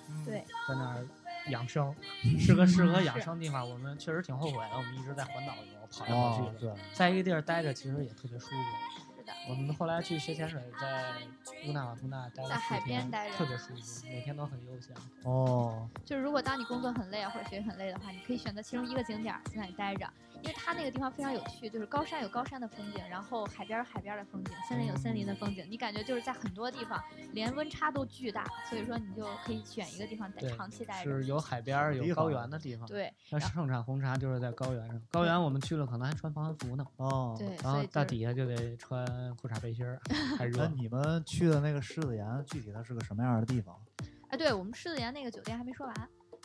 嗯对在那儿养 *laughs* 生，是个适合养是生地方。我们确实挺后悔的，我们一直在环岛游，跑来跑哦去，的，对，在一个地儿待着其实也特别舒服。是的，我们后来去学潜水，在乌纳瓦图纳待了在四海边天待着特别舒服，每天都很悠闲。哦，就是如果当你工作很累啊或者学习很累的话，你可以选择其中一个景点儿在那里待着，因为它那个地方非常有趣，就是高山有高山的风景，然后海边有海边的风景，森林有森林的风景，你感觉就是在很多地方连温差都巨大，所以说你就可以选一个地方待对长期待着。是有哦海边儿、有地高方原的地方。，啊对那盛产红茶就是在高原上。高原我们去了，可能还穿防寒服呢，哦，对，然所后以到就是底下就得穿裤衩背心 *laughs* 儿，太热那了。你们去的那个狮子岩，具体它是个什么样的地方哎，对我们狮子岩那个酒店还没说完，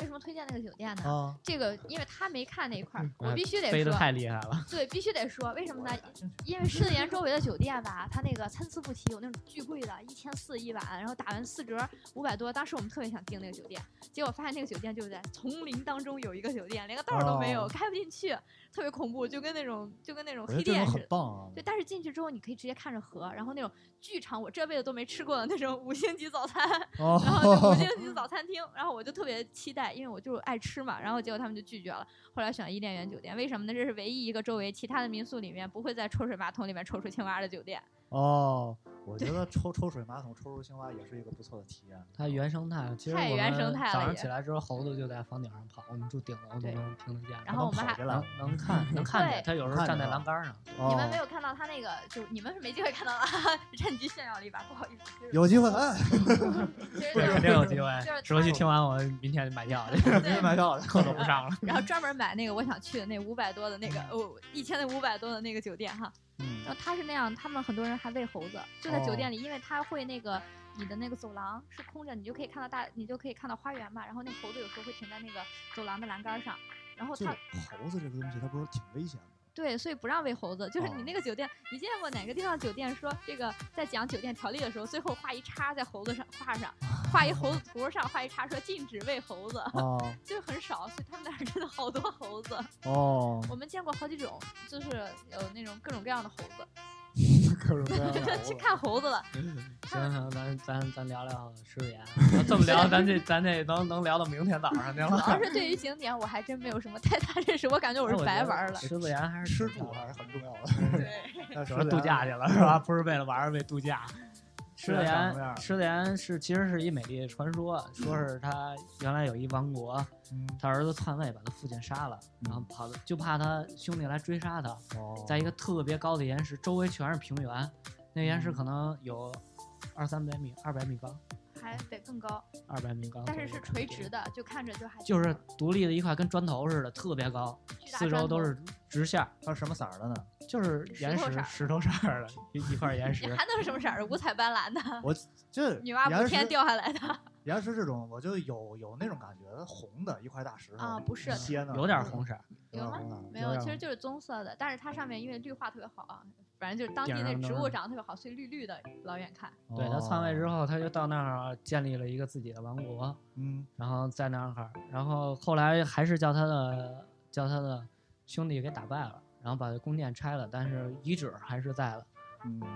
为什么推荐那个酒店呢？啊？这个因为他没看那一块儿，我哎必须得哦飞得说，太厉害了，对，必须得说，为什么 *laughs* 呢？嗯因为狮子岩周围的酒店吧，它那个参差不齐，有那种巨贵的，一千四一晚，然后打完四折五百多。当时我们特别想订那个酒店，结果发现那个酒店就在丛林当中有一个酒店，连个道儿都没有，哦开不进去。特别恐怖，就跟那种就跟那种我觉得黑这店种似很的。棒啊！对，但是进去之后你可以直接看着河，然后那种剧场我这辈子都没吃过的那种五星级早餐，然后就五 *laughs* 哦，星级早餐厅，然后我就特别期待，因为我就是爱吃嘛。然后结果他们就拒绝了，后来选伊甸园酒店，为什么呢？这是唯一一个周围其他的民宿里面不会在抽水马桶里面抽出青蛙的酒店。哦，我觉得抽抽水马桶抽出青蛙也是一个不错的体验。它原生态了，其实太我原生们态了早上也起来之后，猴子就在房顶上跑，我们住顶楼都对能听得见。然后我们跑还回来能了，哦能看能看见对，它有时候看站见在了栏杆上。你你们没有看到他那个，就你们是没机会看到的， *laughs* 趁机炫耀了一把，不好意思。就是有机会哎，其实对，肯定有机会就是。熟悉它听完我明天就买票去，对，买 *laughs* 票了，课都不上了。嗯然后专门买那个我想去的那五百多的那个，哦，一千那五百多的那个酒店哈。嗯哦然后他是那样，他们很多人还喂猴子，就在酒店里，因为他会那个你的那个走廊是空着，你就可以看到大，你就可以看到花园嘛。然后那个猴子有时候会停在那个走廊的栏杆上，然后这他个猴子这个东西它不是挺危险的？对，所以不让喂猴子。就是哦你那个酒店，你见过哪个地方酒店说这个在讲酒店条例的时候，最后画一叉在猴子上画上，画一猴 *laughs* 子图上画一叉说禁止喂猴子，哦就是很少。所以他们那儿真的好多猴子，哦，我们见过好几种，就是有那种各种各样的猴子，各种各嗯样的 *laughs* 去看 *laughs* 猴子了。 *laughs* 行行，咱咱咱聊聊食品。啊这么聊，咱这咱这能能聊到明天早上去主了。 *laughs* 要是对于景点，我还真没有什么太大认识，我感觉我是白玩了。狮子岩还是吃挺住漂亮的还是很重要的。对， *laughs* 那主要度假去了是吧？不是为了玩儿，为度假。是狮啊子长什么样儿岩，狮子岩是其实是一美丽的传说，说是他原来有一王国，嗯，他儿子篡位把他父亲杀了，然后跑的就怕他兄弟来追杀他，哦，在一个特别高的岩石，周围全是平原，那岩石嗯可能有二三百米、二百米高、还得更高，二百米高，但是是垂直，的，就看着就还就是独立的一块跟砖头似的，特别高，巨大四周砖都头是直线儿，它是什么色儿的呢？就是岩石头色石儿石头色儿的一一块岩你石。 *laughs* 还能是什么色儿？五彩斑斓的，这女娲补岩天石掉下来的哦岩石这种，我就有有那种感觉，红的一块大石头啊，不是的，歇呢，嗯有点红，色儿，有 *laughs* 有点吗红啊。没有有，点其实红就是棕色的，但是它上面因为绿化特别好啊，反正就是当地顶那上都植是物长得特别好，所以绿绿的，老远看。嗯对他篡位之后，后，他就到那儿啊建立了一个自己的王国，嗯，然后在那儿，然后后来还是叫他的叫他的兄弟给打败了，然后把这宫殿拆了，但是遗址还是在的，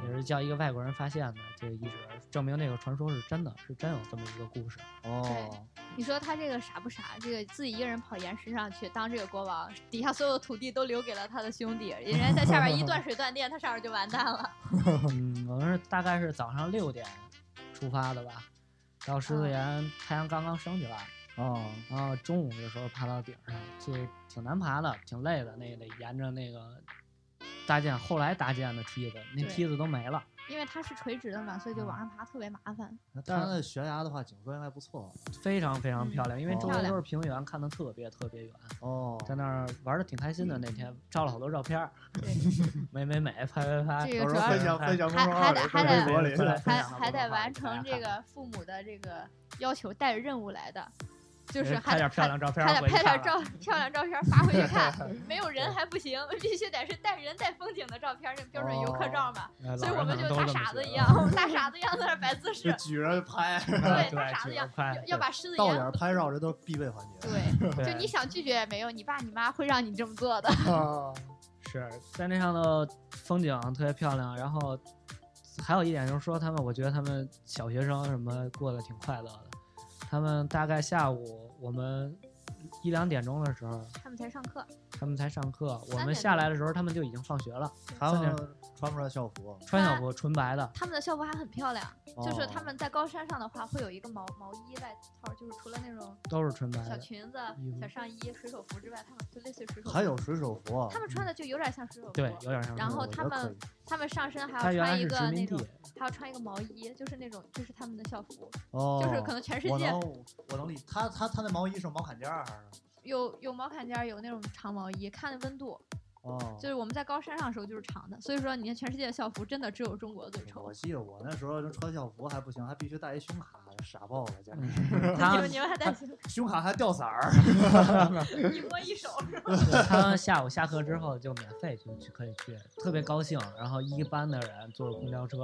也嗯，是叫一个外国人发现的这个遗址，证明这个传说是真的，是真有这么一个故事。哦，你说他这个傻不傻？这个自己一个人跑岩石上去当这个国王，底下所有土地都留给了他的兄弟，人家在下边一断水断电，他上面就完蛋了。 *laughs* 嗯，我们是大概是早上六点出发的吧，到狮哦子岩太阳刚刚升起来，哦，然后中午的时候爬到顶上，这挺难爬的，挺累的，那得沿着那个搭建后来搭建的梯子，那对梯子都没了。因为它是垂直的嘛，所以就往上爬特别麻烦。那它的悬崖的话，景色应该不错。非常非常嗯漂亮，因为哦周围都是平原，看得特别特别远，哦，在那儿玩的挺开心的。那天照了好多照片儿，嗯对， *laughs* 美美美，拍拍拍。这个到主时候要分是享分享公还众还号里得，分还微得博里，回来分还享到还公众得号完里给大家成这看个父母的这个要求，带着任务来的，就是呃还拍得点漂亮照片还儿得回去拍看点了，照漂亮照片发回去看， *laughs* 没有人还不行，必须得是带人带风景的照片，那标准游客照嘛。呃所以老我人们可就能大都这么傻子觉一得 *laughs* *laughs* 样，我们大傻子一样在那儿摆姿势就，举着拍，对，大傻子一样举着拍要要把狮子到点岩儿拍照，这都是必备环节。对。对就你想拒绝也没用，你爸你妈会让你这么做的。啊是在那上头风景特别漂亮，然后还有一点就是说他们，我觉得他们小学生什么过得挺快乐的。他们大概下午我们一两点钟的时候，他们才上课，他们才上课，我三们点下钟来的时候他们就已经放学了， *laughs* 他们穿不穿校服？啊穿那小服纯白的，他们的校服还很漂亮，就是哦他们在高山上的话会有一个毛毛衣外套，就是除了那种都是纯白小的。裙子哎衣服、小上衣、水手服之外，他们就类似于水手服。哦还有水手服，啊他们穿的就有点像水手服，对，有点像是。然后我觉他得可以们他们上身还他要原来穿一是殖个民地那种，，还要穿一个毛衣，就是那种这是他们的校服，哦，就是可能全世我界能我能理解，他他他那毛衣是毛坎肩儿还是？有有毛坎肩儿，有那种长毛衣，看温度。哦，就是我们在高山上的时候就是长的，所以说你看全世界的校服真的只有中国最丑我。记得我那时候就穿校服还不行，还必须带一胸卡，傻爆了，简直他你们你们还 *laughs* 担心胸卡还掉色 *laughs* 儿。一摸一手是吧？对他们下午下课之后就免费就去可以去，特别高兴。然后一班的人坐着公交车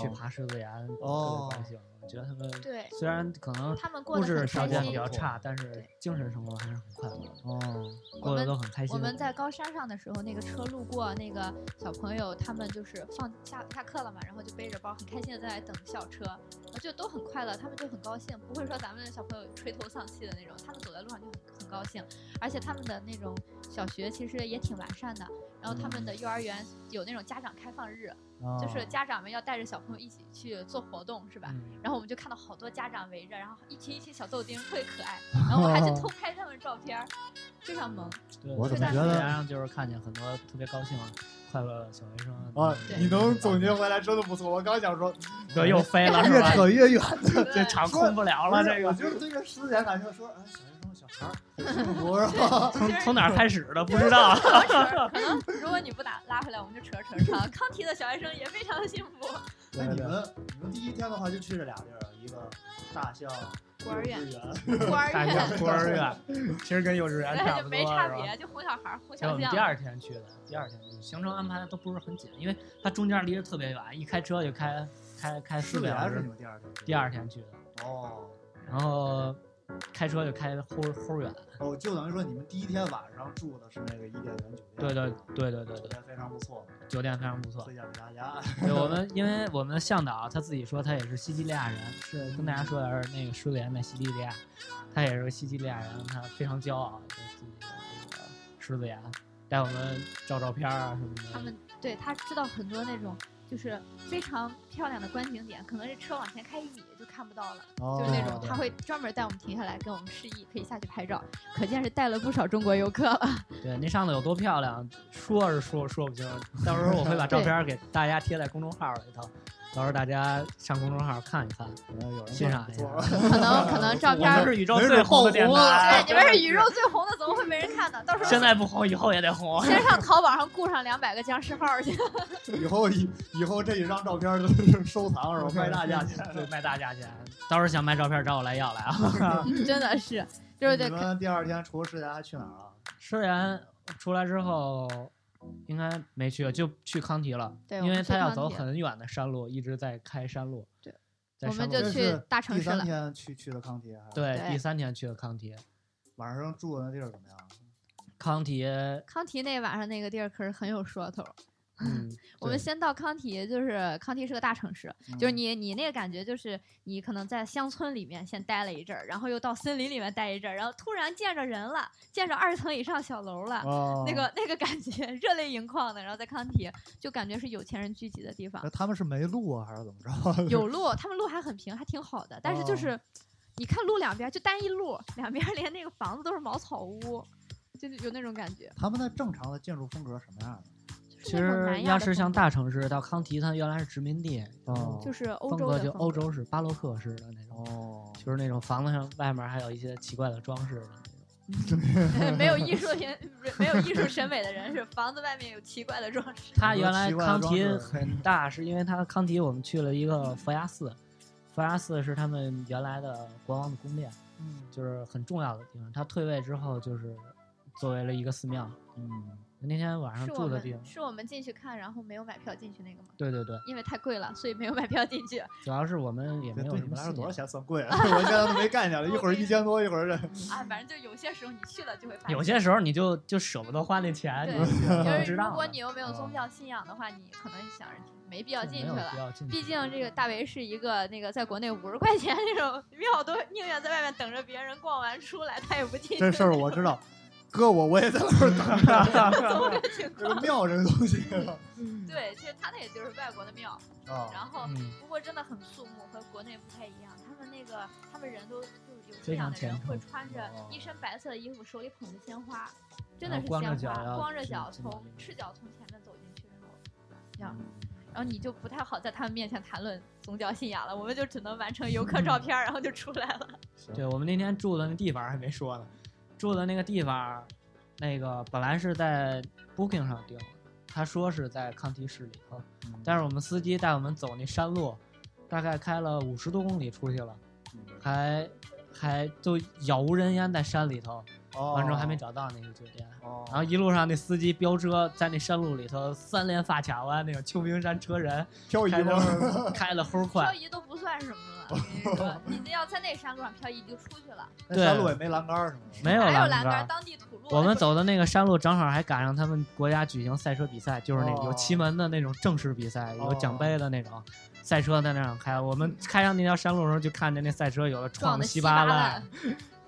去哦爬狮子岩，特别哦高兴。觉得他们对虽然可能他们嗯过物得质很条开件心比。较差，但是对精神生活还是很快乐，哦，过得们都很开心。我们在高山上的时候，那个车路过，那个小朋友他们就是放下下课了嘛，然后就背着包很开心的在那等校车，然后就都很快乐，他们就很高兴，不会说咱们的小朋友垂头丧气的那种，他们走在路上就很很高兴，而且他们的那种小学其实也挺完善的，然后他们的幼儿园有那种家长开放日，啊哦就是家长们要带着小朋友一起去做活动，是吧？嗯，然后我们就看到好多家长围着，然后一群一群小豆丁，特别可 *laughs* 爱。然后我还去偷哦拍他们照片儿，非常萌。对，我怎么在觉大得自然上就是看见很多特别高兴、快乐的小学生啊，嗯你能总 *laughs* 结回来真的不错。我刚想说，对又飞了，是越吧？扯越远。这场控不了不 *laughs* 了，是这我个就是对这思想感觉说，哎，小学生小孩 *laughs* 儿幸福是吧？从从哪儿开始的不知 *laughs* 道。可能如果你不打拉回来，我们就扯着扯着唱。康提的小学生也非常的幸 *laughs* 福。那你们你们第一天的话就去这俩地儿，一个大象孤儿院幼稚园，孤儿大院，学孤儿院其实跟幼稚园差对，不就多，没差是吧别，就哄小孩儿，哄然后我小们象第。二天去的，第二天去，行程安排的都不是很紧，因为它中间离得特别远，一开车就开开开四四个点小还是时你。们第二天？第二天去的，哦然后开车就开齁齁远。哦，就等于说你们第一天晚上住的是那个伊甸园酒店，对对对对对酒对，店非常不错，酒店非常不错推。荐给大家。对我们，因为我们的向导他自己说他也是西西里亚人，是跟大家说的是那个失联的西西里亚，他也是个西西里亚人，他非常骄傲，就自己的这个狮子牙，带我们照照片啊什么的。他们对他知道很多那种就是非常漂亮的观景点，可能这车往前开一米就看不到了。哦就是那哦种他会专门带我们停下来，跟我们示意可以下去拍照，可见是带了不少中国游客了。对，那上头有多漂亮，说是说说不清，到时候我会把照片儿给大家贴在公众号里头，到时候大家上公众号看一看。哎有人欣赏一下做了可能可能照我片们儿，是宇宙最红的电没准爆台对，，哎你们是宇宙最红的，怎么会没人看呢？到时候现在不红，以后也得 *laughs* 红。先上淘宝上雇上两百个僵尸号儿去。以后以以后这一张照片都是收藏，然后卖大 *laughs* 价钱。对，卖大价钱。到时候想卖照片儿找我来要来啊。 *laughs* 真的是，就是你得们第二天除了世家还去哪儿了？诗然出来之后，应该没去，就去康提了，对因我为们去他要康走提很远的山路，一直在开山路。对，在我们山路就这上去是大城市第了三天去去的康提，还对对第三天去的康提，晚上住的那地儿怎么样？康提，康提那晚上那个地儿可是很有说头儿。 *laughs* 嗯，我们对先到康提，就是康提是个大城市，嗯就是你你那个感觉就是你可能在乡村里面先待了一阵儿，然后又到森林里面待一阵儿，然后突然见着人了，见着二层以上小楼了，哦，啊那个那个感觉 *laughs* 热泪盈眶的，然后在康体就感觉是有钱人聚集的地方那，他们是没路啊，还是怎么着？有路，他们路还很平，还挺好的，但是就哦是、你看路两边就单一路，两边连那个房子都是茅草屋，就是有那种感觉，他们的正常的建筑风格什么样的？就是其那种实南亚要的是风像格大城市，到康提，它原来是殖民地，嗯哦就是欧风洲格的就风欧格洲式、巴洛克式的那种，哦，就是那种房子上外面还有一些奇怪的装饰的那种。 *laughs* 没 *laughs* 有艺术品、没有艺术审美的人是房子外面有奇怪的装饰。它很多原来奇怪的康装提饰很大，是因为它康提我们去了一个佛牙寺，佛牙寺是他们原来的国王的宫殿，嗯就是很重要的地方。他退位之后，就是作为了一个寺庙。嗯，那天晚上是我住的地方们，是我们进去看，然后没有买票进去那个吗？对对对，因为太贵了，所以没有买票进去。主要是我们也对没有对什你们么来说信多少仰。钱算贵啊？ *laughs* 我现在都没概念了，一会儿 *laughs* 一千多，一会儿这啊，反正就有些时候你去了就会发嗯现，有些时候你就就舍不得花那钱，对你就就不是知如道果了你又没有宗教信仰的话，你可能想着没必要就进没去有必了。要进去。毕竟这个大为是一个那个在国内五十块钱那种庙，都宁愿在外面等着别人逛完出来，他也不进去。这事儿我知 *laughs* 道。哥，我我也在那儿 *laughs* 等怎么着。个情这个况？庙这个东西对，其实他那也就是外国的庙，啊，然后嗯，不过真的很肃穆，和国内不太一样。他们那个，他们人都就是有非信仰常的人虔诚会穿着哦一身白色的衣服，手里捧着鲜花，真然后的是光着鲜脚花，要光着进脚进到从里面赤脚从前面走进去，然后这样，然后你就不太好在他们面前谈论宗教信仰了。我们就只能完成游客照片，然后就出来了。对我们那天住的那地方还没说呢，住的那个地方，那个本来是在 Booking 上订的，他说是在康提市里头。嗯但是我们司机带我们走那山路，大概开了五十多公里出去了，还还就杳无人烟在山里头，完完之后还没，找到那个酒店。哦、然后一路上那司机飙车，在那山路里头三连发卡弯，那种秋名山车人漂移开吗？的开的齁漂快，移都不算什 *laughs* 么了，我跟你说，你那要在那山路上漂移就出去了，那对山路也没栏杆儿什么的，没有哪有栏栏杆杆？。当地土路。我们走的那个山路正好还赶上他们国家举行赛车比赛，就是那哦有旗门的那种正式比赛，有奖哦杯的那种。赛车在那上开，我们开上那条山路的时候，就看见那赛车有的撞撞的稀巴巴烂，，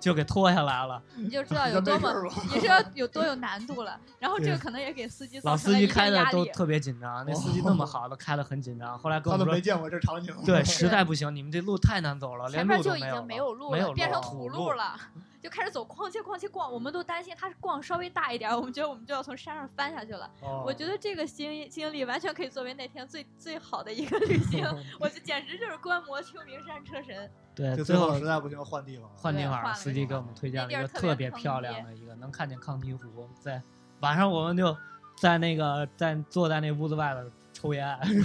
就给拖下来了。 *laughs* 你就知道有哎多么， *laughs* 你知道有多有难度了。然后这个可能也给司机老造成司了机一开定的压都力。哦特别紧张，那司机那么好的开的很紧张，后来跟我他都们没说，见过这场景。 *laughs* 对，实在不行，你们这路太难走了，连前路都面就没已有经没有路没有了，变成了土路路了， *laughs* 就开始走逛街逛街逛，我们都担心他是逛稍微大一点儿，我们觉得我们就要从山上翻下去了。哦我觉得这个经经历完全可以作为那天最最好的一个旅行， *laughs* 我就简直就是观摩秋名山车神。对，就最最后后实在不行换地方了。换地对方换了，了司个机地给我方们推荐了一那地儿个特特别别漂坑亮爹的一个，能看见康体湖。 *laughs* 在晚上我们就在那个在坐在那屋子外边抽 *laughs* 烟，特啊抽烟唯一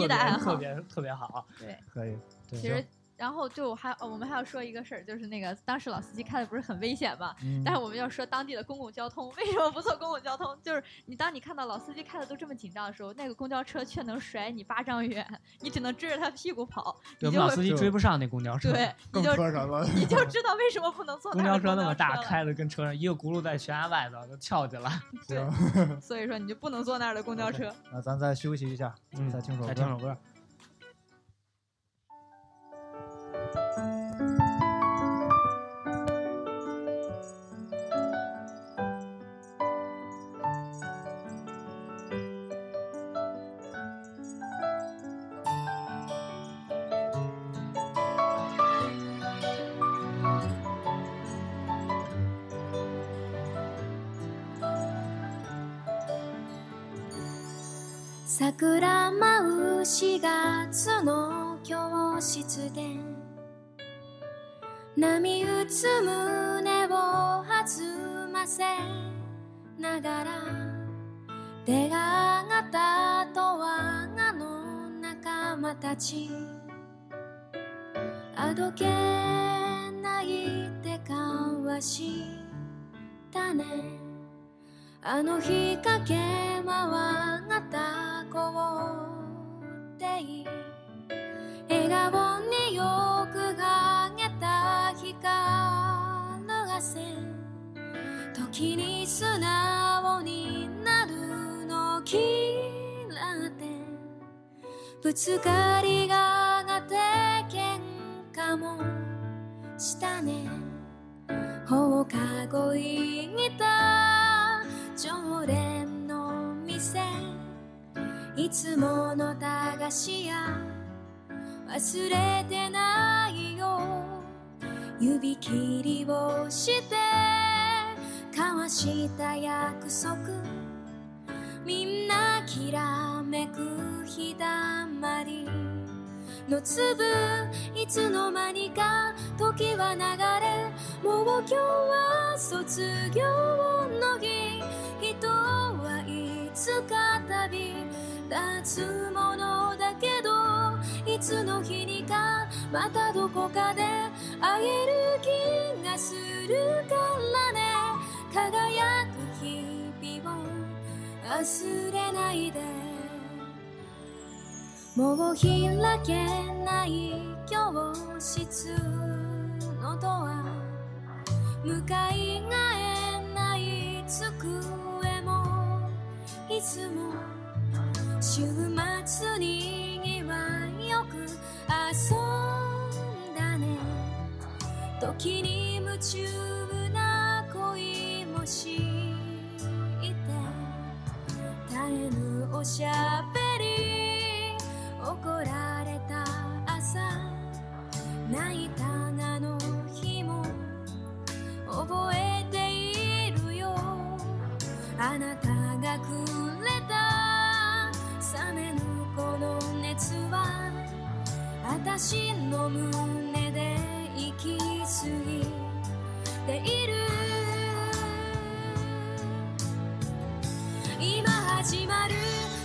别的爱特好。别特别 *laughs* 好。对，可以，对其实然后就还呃我们还要说一个事儿，就是那个当时老司机开的不是很危险嘛，嗯但是我们要说当地的公共交通为什么不坐公共交通？就是你当你看到老司机开的都这么紧张的时候，那个公交车却能甩你八丈远，你只能追着他屁股跑，对你我们就老司会机就追不上那公交车，对，你更就车神了。你就知道为什么不能坐公他交的车公那么交 *laughs* 大，车了开的跟车上一个轱辘在悬崖外头就翘起来。对，所以说你就不能坐那儿的公交车。那咱再休息一下，嗯再听首 *laughs* 再歌。听首歌。桜舞う4月の教室で波打つ胸を弾ませながら出が上がったとわがの仲間たちあどけない手交わしたねあの日かけまわがたこうてい笑顔によくかげた光がせ時に素直になるのきらってぶつかりががて喧嘩もしたね放課後行った常連の店いつもの駄菓子屋忘れてないよ指切りをして交わした約束みんなきらめく日だまりの粒いつの間にか時は流れもう今日は卒業の日人はいつか旅立つものだけどいつの日にかまたどこかで会える気がするからね輝く日々を忘れないでもう開けない教室のドア向かいがえない机もいつも週末にぎわいよく遊んだね時に夢中な恋もして絶えぬおしゃべり怒られた朝泣いたあの日も覚えているよあなたがくれた冷めぬこの熱は私の胸で息ぎている今始まる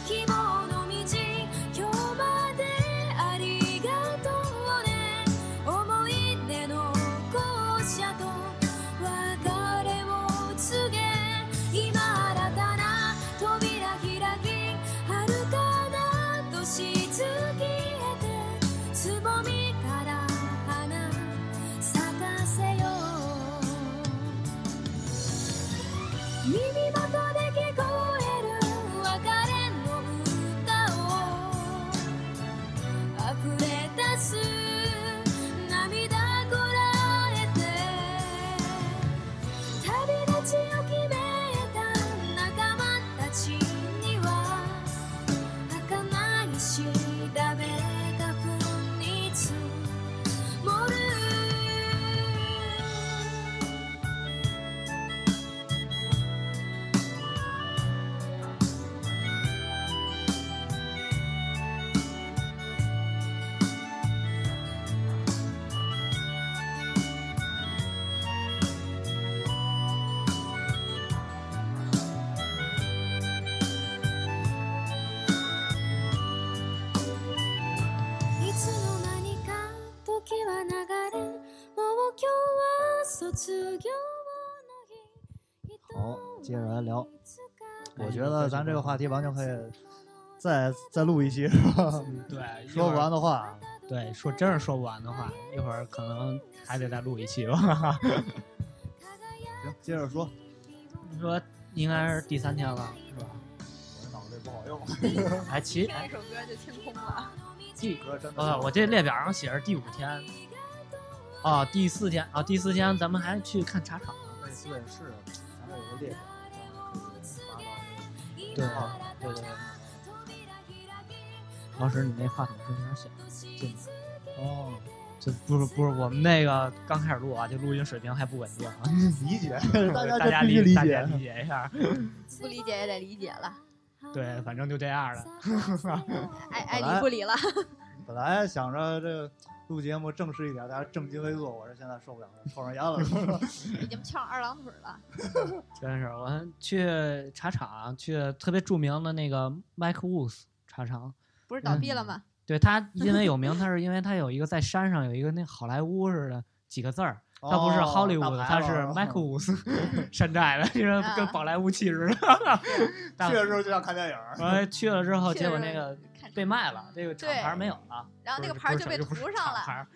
希望の道今日までありがとうね思い出の校舎と別接着来聊。我觉得哎咱这个话题完全可以再再录一期，是 *laughs* 吧？对，一 *laughs* 说不会儿完的啊话，对，说真是说不完的话，一会儿可能还得再录一期吧。 *laughs* 行，接着说。你说应该是第三天了，是吧？我这脑子不好用，哎，其听一首歌就清空了。第哥真呃，我这列表上写着第五天，啊，第四天啊，第四天咱们还去看茶厂。对对是，咱这有个列表，咱们可以对发到对对对。老师，你那话筒声有点小，近点。哦，这不是不是我们那个刚开始录啊，这录音水平还不稳 *laughs* 定啊，理解，大家这必须理大家解。理解一下。不理解也得理解了，对，啊 *laughs* 反正就这样了。爱爱本来理不理了。本来想着这个录节目正式一点，大家正襟危坐，我这现在受不了了，抽上烟了，是吧已经翘二郎腿了。真是，我还去茶厂，去特别著名的那个 Mike Woods 茶厂。不是倒闭了吗？对他因为有名，他是因为他有一个在山上有一个那好莱坞似的几个字儿， *laughs* 他不是哦 Hollywood，、大牌他了是 Mike *laughs* Woods 山寨的，就是啊跟宝莱坞气质的。 *laughs* 大去的时候就像看电影儿，我去了之后，去结果了那个看嗯被卖了，这个厂对牌没有了，然后那个不是牌儿不是就被不是涂厂上了，牌儿，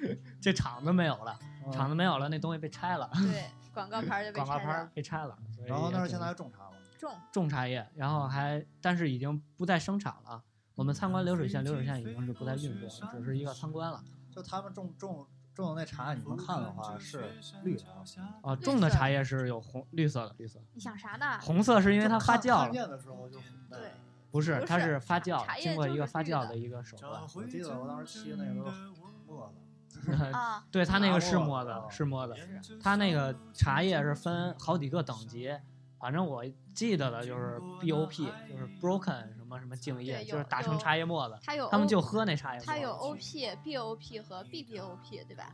这厂子没有了，厂嗯子没有了，那东西被拆了， *laughs* 对，广告牌儿就被广告拆牌儿了。被拆了。所以然后那也儿挺现在还种茶吗？重种茶叶，然后还但是已经不再生产了。我们参观流水线，流水线已经是不再运作了，只是一个参观了。就他们种种种的那茶，你们看的话是绿的啊，啊，种的茶叶是有红绿色的，绿色你想啥呢？红色是因为它发就看酵看了，见的时候就红的对，不是不它是是发茶酵茶了，叶经过就一个是发绿酵的的一个手嗯段。我记得我当时骑那个墨的，啊，对它那个是麻磨磨的的，哦是磨的。它那个茶叶是分好几个等级，反正我记得的就是 BOP，就是 broken 什么什么敬业，对就是有打成有茶叶沫子。它有 O, 他们就喝那茶叶沫子。它有 OP、BOP 和 BBOP，对吧？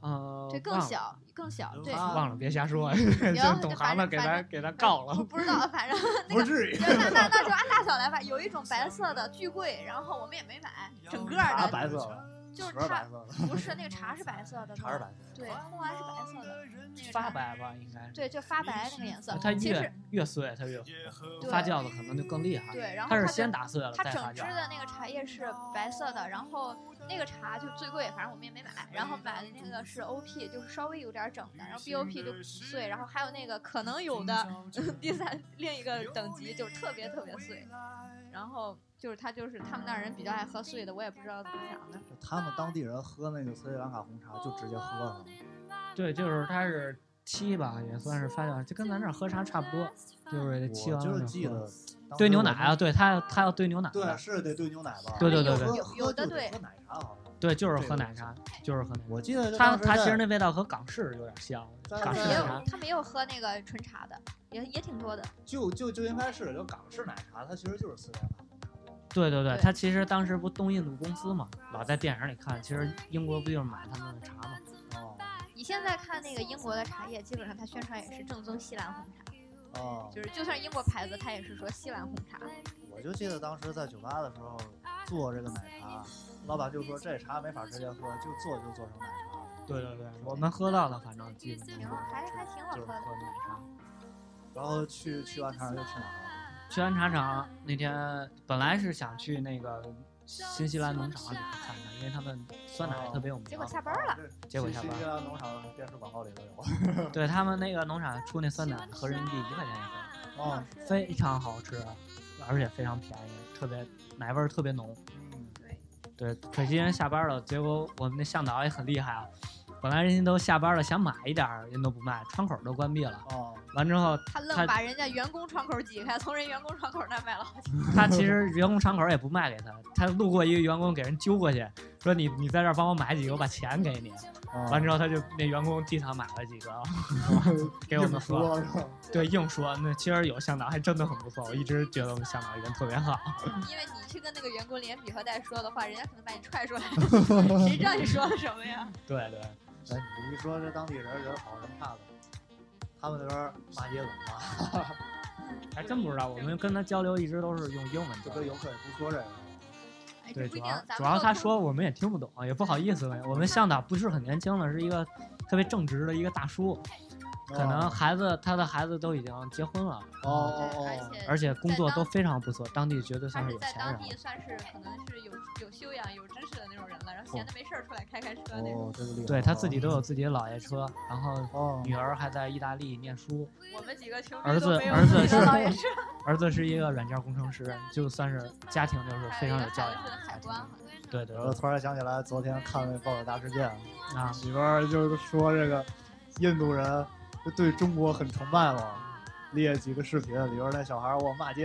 呃，这更忘了啊小，更小，对。忘了，别瞎说，*laughs* *laughs* 行懂就行反的正给反咱正给咱告我了。不知道， *laughs* 反正那不个。至于。那那那就按大小来吧，有一种白色的巨贵，然后我们也没买，整个儿茶的，白色的，就是不是白它色的，不是那个茶是白色的，茶是白，色的。对，红丸是白色的，那个发茶，白吧，应该是。对，就发白那个颜色。它其实越越碎，它越对发酵的可能就更厉害。对，然后它是就先打碎了它再发整支酵。的那个茶叶是白色的，然后那个茶就最贵，反正我们也没买。然后买的那个是 OP，就是稍微有点整的，然后 BOP 就碎，然后还有那个可能有的 *laughs* 第三另一个等级就是特别特别碎，然后就是他就是他们那儿人比较爱喝碎的，我也不知道怎么想的。就他们当地人喝那个斯里兰卡红茶就直接喝哦了，对，就是它是沏吧，也算是发酵，就跟咱这儿喝茶差不多，就是沱我完就了是记就得喝。当兑时牛我奶们啊，对，它它要兑牛奶对，的。是得兑牛奶吧？对对对对喝喝有的就得对喝奶茶好像。对，就是喝这个奶茶，就是喝奶茶。我记得就它当时它其在实那味道和港式有点像，在港他式们也奶有茶。他们也有喝那个纯茶的，也也挺多的。就就就应该是就港式奶茶，它其实就是斯里兰卡红茶。对对对，对他其实当时不东印度公司嘛，老在电影里看，其实英国不就是买他们的茶嘛？哦你现在看那个英国的茶叶，基本上它宣传也是正宗西兰红茶，哦，就是就算英国牌子，它也是说西兰红茶。我就记得当时在酒吧的时候做这个奶茶，老板就说这茶没法直接喝，就做就做成奶茶。对对对，我们喝到的反正基本挺好，还还挺好就是喝喝的。奶茶。然后去去完茶又去哪去完茶厂那天本来是想去那个新西兰农场里看看，因为他们酸奶特别有名。结果下班儿儿了，了？这结果下新班西儿兰农场电视广告里都有。对他们那个农场出那酸奶合人民币一块钱一嗯哦，份，非常好吃，而且非常便宜，特别奶味儿特别浓。嗯，对，可惜人下班了，结果我们那向导也很厉害啊。本来人家都下班了，想买一点儿，人都不卖，窗口都关闭了。哦，完之后，他愣他把人家员工窗口挤开，从人员工窗口那儿买了好几。他其实员工窗口也不卖给他，他路过一个员工给人揪过去，说你你在这儿帮我买几个，我把钱给你。完之后后他就那员工地上买了几个， *laughs* 给我们喝。说是吧对，硬说那其实有向导还真的很不错，我一直觉得我们向导人特别好。因为你去跟那个员工连比和带说的话，人家可能把你踹出来， *laughs* 谁知道你说的什么呀？对对，哎，你一说这当地人人好人差的，他们那边骂街怎么 *laughs* 骂？还真不知道，我们跟他交流一直都是用英文就交跟流。游客也不说这个。哎对，这不主一定要，咱主们要都他通说我们也听不懂，也不好意思问。我们向导不是很年轻了，是一个特别正直的一个大叔。可能孩子他的孩子都已经结婚了，哦哦哦，而且而且工作在都当非常不错，当地绝对他算是是有在钱当人。地算是可能是有有修养、有知识的那种人了，然后闲的没事儿出来开开车那种。哦，这个厉害，对他自己都有自己的老爷车，然后哦，女儿还在意大利念书，我们几个球迷儿都子没有儿自己子的老爷是车，儿子是一个软件工程师，就算是家庭就是还非有一常有个教孩子养是。海关， *laughs* 哦好像对对然后对突然想起来，昨天看那《暴走大事件》，啊，里边儿就是说这个印度人就对中国很崇拜嘛，列几个视频，里边儿那小孩儿我骂街，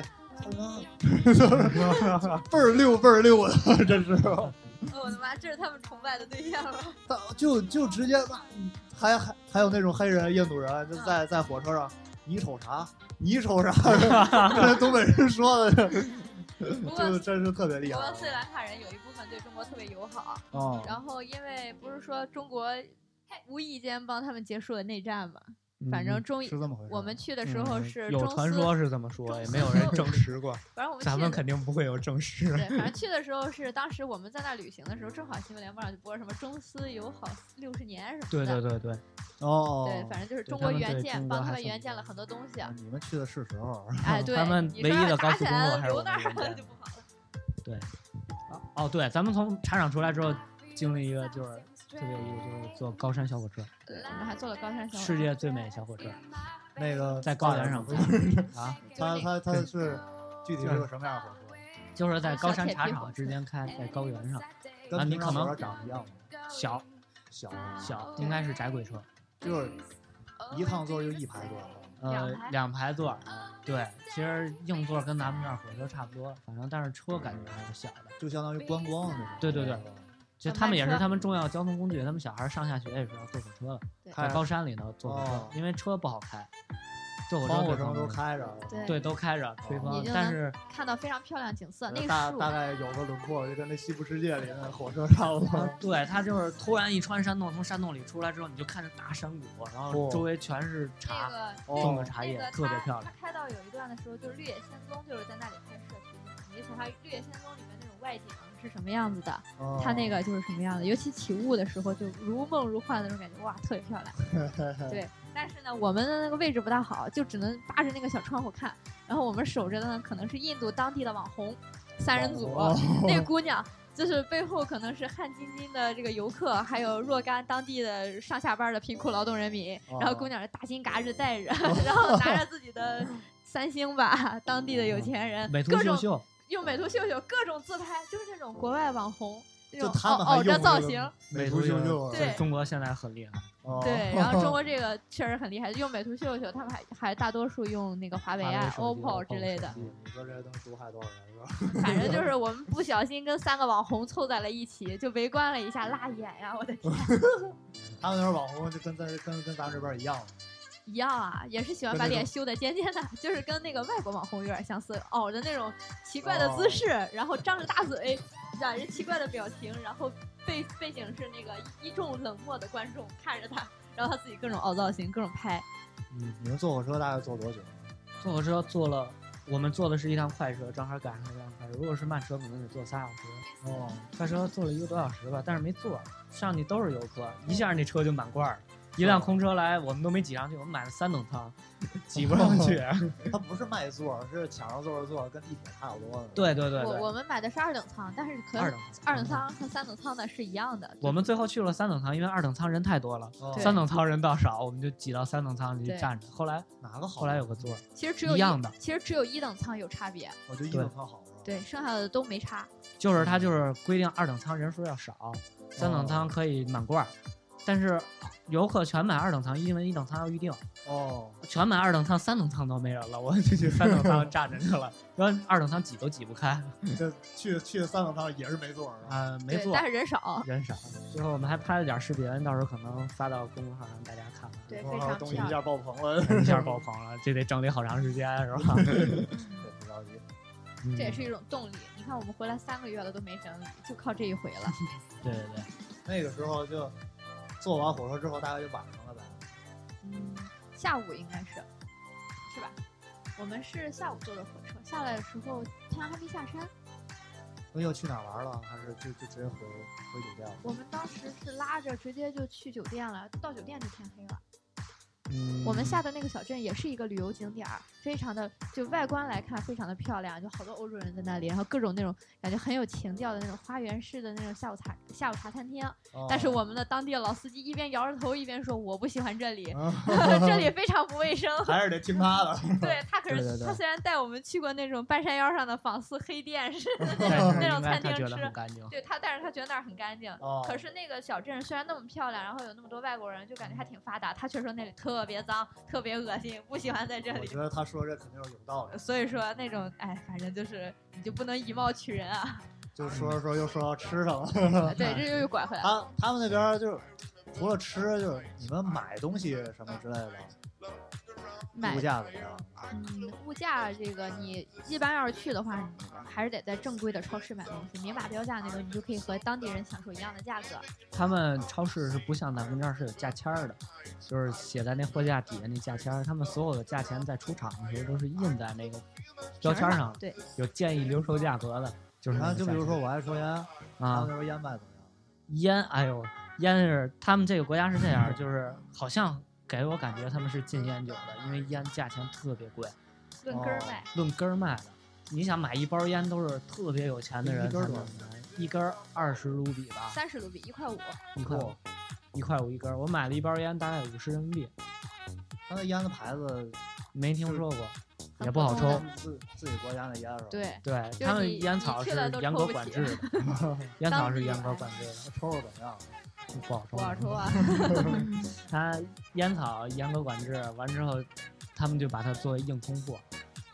倍儿溜倍儿溜的，真是，我的妈，这是他们崇拜的对象了。他就就直接骂，还还还有那种黑人印度人就在在火车上，你瞅啥？你瞅啥？ *laughs* 这东北人说的，不过就真是特别厉不害过斯里兰卡人有一部分对中国特别友好，啊！然后因为不是说中国无意间帮他们结束了内战嘛，反嗯正中嗯是这么回事。我们去的时候是有中传斯，说是这么说，中也斯没有人证实过，反正我们咱去们的肯定不会有证实。对，反正去的时候是当时我们在那儿旅行的时候，正好新闻联播上就播什么中斯友好六十年什么对的。对对对，哦，对反正就是中他国们援对建，中帮国他还们是援不建错了很多东西。啊 *laughs* 你们去的是时候。哎，对，他们你唯说一要的打高速起公路来了还是留我那儿们援了建就不好了。哦对，咱们从茶厂出来之后，经历一个就是特别有意思，就是坐高山小火车，对，我们还坐了高山小火世界最美小火车那个在高原上不是啊，他就他他是具体是个什么样的火车？就是在高山小铁皮茶厂火车之间开，在高原上跟啊你平常可能火车长得一样吗？小小小应该是窄轨车，就是一趟座就一排座。呃两排两排座儿，对，其实硬座跟咱们这儿火车差不多，反正但是车感觉还是小的。就相当于观光的那种。对对对其实小他们慢也车是他们重要交通工具，他们小孩儿上下学也是要坐火车的，对在高山里头坐火哦车，因为车不好开，坐火包车火最车方都便。开哦着，对对，都开着吹你风就，但能 *laughs* 是看到非常漂亮景色，那大个树大概有个轮廓就跟那《西部世界》里的火车差不啊多。对他就是突然一穿山洞，从山洞里出来之后，你就看着大山谷，然后哦周围全是那茶，个种哦的茶叶那个特别他漂他亮。开到有一段的时候，就是绿野仙踪，就是在那里拍摄的。你就从它绿野仙踪里面那种外景啊是什么样子的，哦它那个就是什么样的，尤其起雾的时候就如梦如幻的那种感觉，哇，特别漂亮。 *laughs* 对，但是呢，我们的那个位置不大好，就只能扒着那个小窗户看。然后我们守着的呢，可能是印度当地的网红三人组，哦那姑娘。就是背后可能是汗津津的这个游客，还有若干当地的上下班的贫苦劳动人民，然后哦姑娘大金嘎着带着， *laughs* 然后拿着自己的三星吧，当地的有钱人，美图各秀种秀，用美图秀秀各种自拍，就是那种国外网红那就种他们熬还熬着用造型，美图秀秀啊，所对以中国现在很厉害，哦 *laughs* 对，然后中国这个确实很厉害，用美图秀秀，他们还还大多数用那个华为啊、华为手机 OPPO 之类的，你说这些东西毒害多少人是吧？反 *laughs* 正就是我们不小心跟三个网红凑在了一起，就围观了一下，辣眼呀、我的天，他们那儿网红就跟咱跟跟咱这边一样，一样啊，也是喜欢跟把那脸种修的尖尖的， *laughs* 就是跟那个外国网红有点相似，熬的那种奇怪的哦姿势，然后张着大嘴，染着奇怪的表情，然后背背景是那个一一众冷漠的观众看着他，然后他自己各种凹造型，各种拍，嗯，你们坐火车大概坐多久？坐火车坐了，我们坐的是一趟快车，正好赶上这辆快车。如果是慢车，可能得坐仨小时。哦，快车坐了一个多小时吧，但是没座，上去都是游客，一下那车就满罐儿。一辆空车来，我们都没挤上去，我们买了三等舱，挤不上去。它不是卖座，是抢着座儿坐，跟地铁差不多的。对对对我对，我们买的是二等舱，但是可二能等二等。舱和三等舱的是一样的。我们最后去了三等舱，因为二等舱人太多了，哦，对三等舱人倒少，我们就挤到三等舱里去对站着。后来哪个好？后来有个座儿，其实只有一样的其实只有一等舱有差别，我就一等舱好是吧？对，剩下的都没差。就是嗯它就是规定二等舱人数要少，三等哦舱可以满罐儿，但是游客全买二等舱，因为一等舱要预定。哦，全满二等舱、三等舱都没人了，我就去三等舱站着去了，然后二等舱挤都挤不开，啊、这去去三等舱也是没座儿啊。没对，座但，是人少，人少。最后我们还拍了点视频，到时候可能发到公众号让大家看看。对，公非众号常东西漂一亮。下爆棚 *laughs* 了，一下爆棚了，这得整理好长时间是吧？对不着急。嗯这也是一种动力。你看，我们回来三个月了都没整理，就靠这一回了。对对对，那个时候就坐完火车之后，大概就晚上了呗。嗯，下午应该是，是吧？我们是下午坐的火车，下来的时候太阳还没下山。那又去哪儿玩了？还是就就直接回回酒店了？我们当时是拉着直接就去酒店了，到酒店就天黑了。嗯我们下的那个小镇也是一个旅游景点儿，非常的就外观来看非常的漂亮，就好多欧洲人在那里，然后各种那种感觉很有情调的那种花园式的那种下午茶下午茶餐厅。哦但是我们的当地老司机一边摇着头一边说：“我不喜欢 *laughs* 这里，嗯这里非常不卫生。还是得听他的。 *laughs* 对”他可是对对对他虽然带我们去过那种半山腰上的仿似黑店似的那但种是那应种该餐他厅觉得很吃，干净。对他，但是他觉得那儿很干净。哦 *laughs* 可是那个小镇虽然那么漂亮，然后有那么多外国人，就感觉还挺发达。他却说那里特别脏，特别恶心，不喜欢在这我里觉。得他说这肯定是有道理。所以说那种，哎，反正就是你就不能以貌取人啊。就说着说着又说到吃 *laughs* 上了，对，这又又拐回来了。他他们那边儿就是除了吃，就是你们买东西什么之类的，买物价怎么样？嗯，物价这个你一般要是去的话，你还是得在正规的超市买东西，明码标价那种，你就可以和当地人享受一样的价格。他们超市是不像咱们这儿是有价签儿的，就是写在那货架底下那价签儿，他们所有的价钱在出厂的时候都是印在那个标签儿上，对，有建议零售价格的，就是然那个后啊就比价如钱说我爱抽烟，他啊们那，边烟卖怎么样？烟，哎呦，烟是他们这个国家是这样，就是好像给我感觉他们是禁烟酒的，因为烟价钱特别贵，论根儿卖，论根儿卖的。你想买一包烟都是特别有钱的人一才根儿能多买少，一根儿二十卢比吧，三十卢比一块五。一块五，一块五一根儿。我买了一包烟，大概五十人民币，他那烟的牌子没听说过，很也不好普通的抽他。们自自己国家的烟是吧？，对，对就是他你们烟你草去是了都严抽格不管起制的， *laughs* 烟当草是地严格哎管制的，抽着怎么样？不 *laughs* 好抽。不好抽 *laughs* 啊。它烟草严格管制完之后，他们就把它作为硬通货，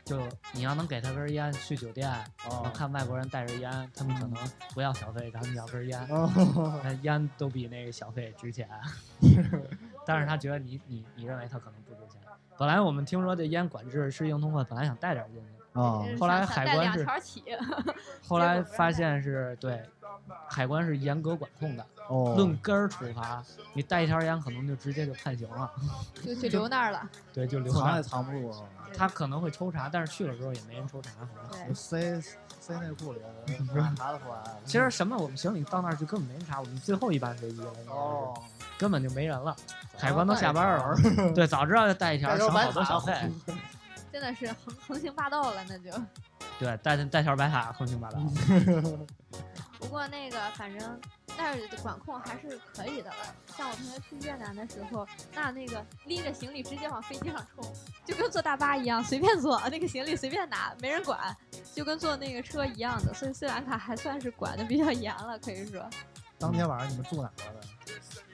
就你要能给他根烟，去酒店，然后哦，看外国人带着烟，他们嗯可能不要小费，他们要根烟，哦，那烟都比那个小费值 *laughs* 钱。但是他觉得你你你认为他可能不值钱。本来我们听说这烟管制是硬通货，本来想带点进去，哦就是后来想想海带关两是条起， *laughs* 后来发现是对，海关是严格管控的，哦论根儿处罚，你带一条烟可能就直接就判刑了，就就留那 *laughs* 儿了。对，就流藏放也。藏不住啊，他可能会抽查，但是去了之后也没人抽查，好像。对就，塞塞内裤里，哪查得出来？其实什么，我们行李到那儿就根本没人查，我们最后一班飞机了，应该是哦，根本就没人了，海关都下班了。对，早知道就带一条，带条省白好多卡小费。真的是横横行霸道了，那就。对，带带条白卡，横行霸道。不过那个反正那儿的管控还是可以的了。像我同学去越南的时候，那那个拎着行李直接往飞机上冲，就跟坐大巴一样，随便坐，那个行李随便拿，没人管，就跟坐那个车一样的。所以斯里兰卡还算是管的比较严了，可以说。当天晚上你们住哪儿了？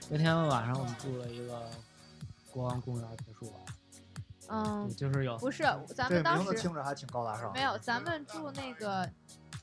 那天晚上我们住了一个国王公园别墅吧，嗯对，就是有不是，咱这们名当字时听着还挺高大上。哎没有，咱们住那个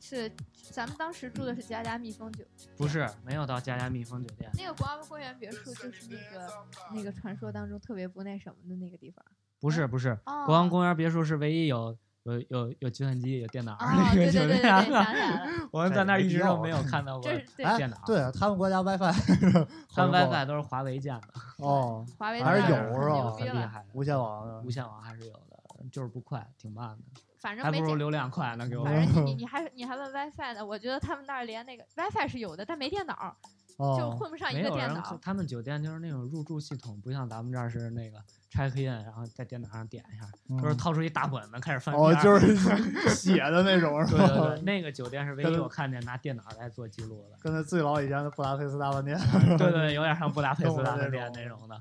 是咱们当时住的是家家蜜蜂酒店不是没有到家家蜜蜂酒店，那个国王公园别墅，就是那个那个传说当中特别不那什么的那个地方。不是不是，哦国王公园别墅是唯一有有有有计算机、有电脑儿哦，那对个对酒对 *laughs* 对对，店想起来 *laughs* 了，我们在那儿一直都没必要没有看到过这是对哎电脑，对他们国家 WiFi， *laughs* 他们 WiFi 都是华为建的，哦，华为的还是那有儿哎啊很是牛吧逼很厉了，害的，无线网的无线网还是有的，就是不快，挺慢的，反正还没不如电。流量快呢。给我反正你你还你还问 WiFi 呢，我觉得他们那儿连那个 WiFi 是有的，但没电脑，就哦，混不上一没个有电人，脑。他们酒店就是那种入住系统，不像咱们这儿是那个拆开印，然后在电脑上点一下，嗯都是掏出一大本子开始翻哦篇，儿。就是 *laughs* 写的那种是对对吧？对，*laughs* 那个酒店是唯一跟我看见拿电脑来做记录的。跟那最老以前的布达佩斯大饭店， *laughs* 对对，有点像布达佩斯动大了饭那店种那种的。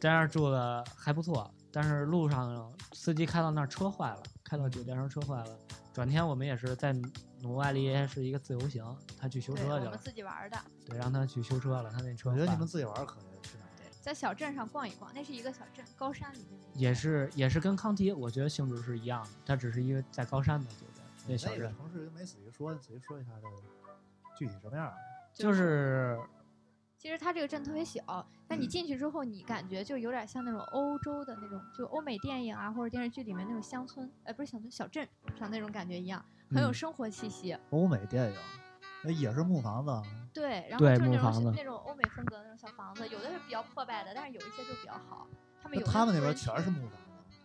在那儿住的还不错，但是路上司机开到那儿车坏了，开到酒店时候车坏了。转天我们也是在努瓦利耶是一个自由行，他去修对，车去我们了，自己玩的，对，让他去修车了，他那车我坏觉得你们了。自己玩儿可以去哪儿？在小镇上逛一逛，那是一个小镇，高山里面的一个也是也是跟康体，我觉得性质是一样的，它只是一个在高山的酒店，那小那个镇城市就没仔细说，你仔细说一下这个具体什么样儿？就是其实它这个镇特别小，但你进去之后，你感觉就有点像那种欧洲的那种，就欧美电影啊或者电视剧里面那种乡村，呃，不是乡村小镇上那种感觉一样，很有嗯生活气息。欧美电影，那也是木房子，对，然后对就是木那种房小子那种欧美风格的那种小房子，有的是比较破败的，但是有一些就比较好。他们那有他那们那种边分全区是木房子，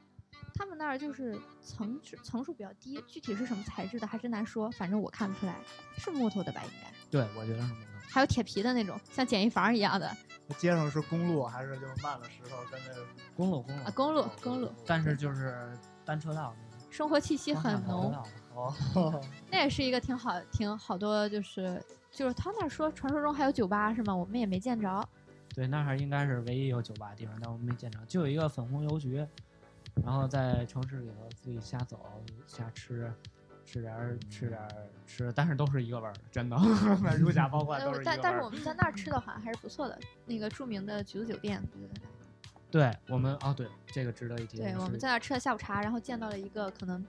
他们那儿就是层数层数比较低，具体是什么材质的还真难说，反正我看不出来，是木头的吧？应该对，我觉得是木头。还有铁皮的那种，像简易房一样的街上是公路还是就是漫了石头跟那公路公路啊，，公路公路，但是就是单车道那种，生活气息很浓， *laughs* 哦，那也是一个挺好挺好多就是就是他那儿说传说中还有酒吧是吗？我们也没见着，对，那儿应该是唯一有酒吧的地方，但我们没见着，就有一个粉红邮局，然后在城市里头自己瞎走瞎吃，吃点儿吃点儿吃，但是都是一个味儿的，真的， *laughs* 如假包换但都是是一呃个味但但是儿我。们在那儿吃的好像还是不错的，那个著名的橘子酒店，对对对。对我们哦，对这个值得一提。对，我们是在那儿吃了下午茶，然后见到了一个可能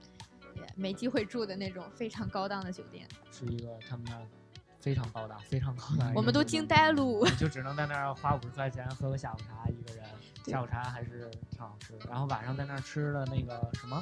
也没机会住的那种非常高档的酒店，是一个他们那儿非常高档、非常高档的一个酒店。我们都惊呆了。你就只能在那儿花五十块钱喝个下午茶，一个人对下午茶还是挺好吃的。然后晚上在那儿吃的那个什么，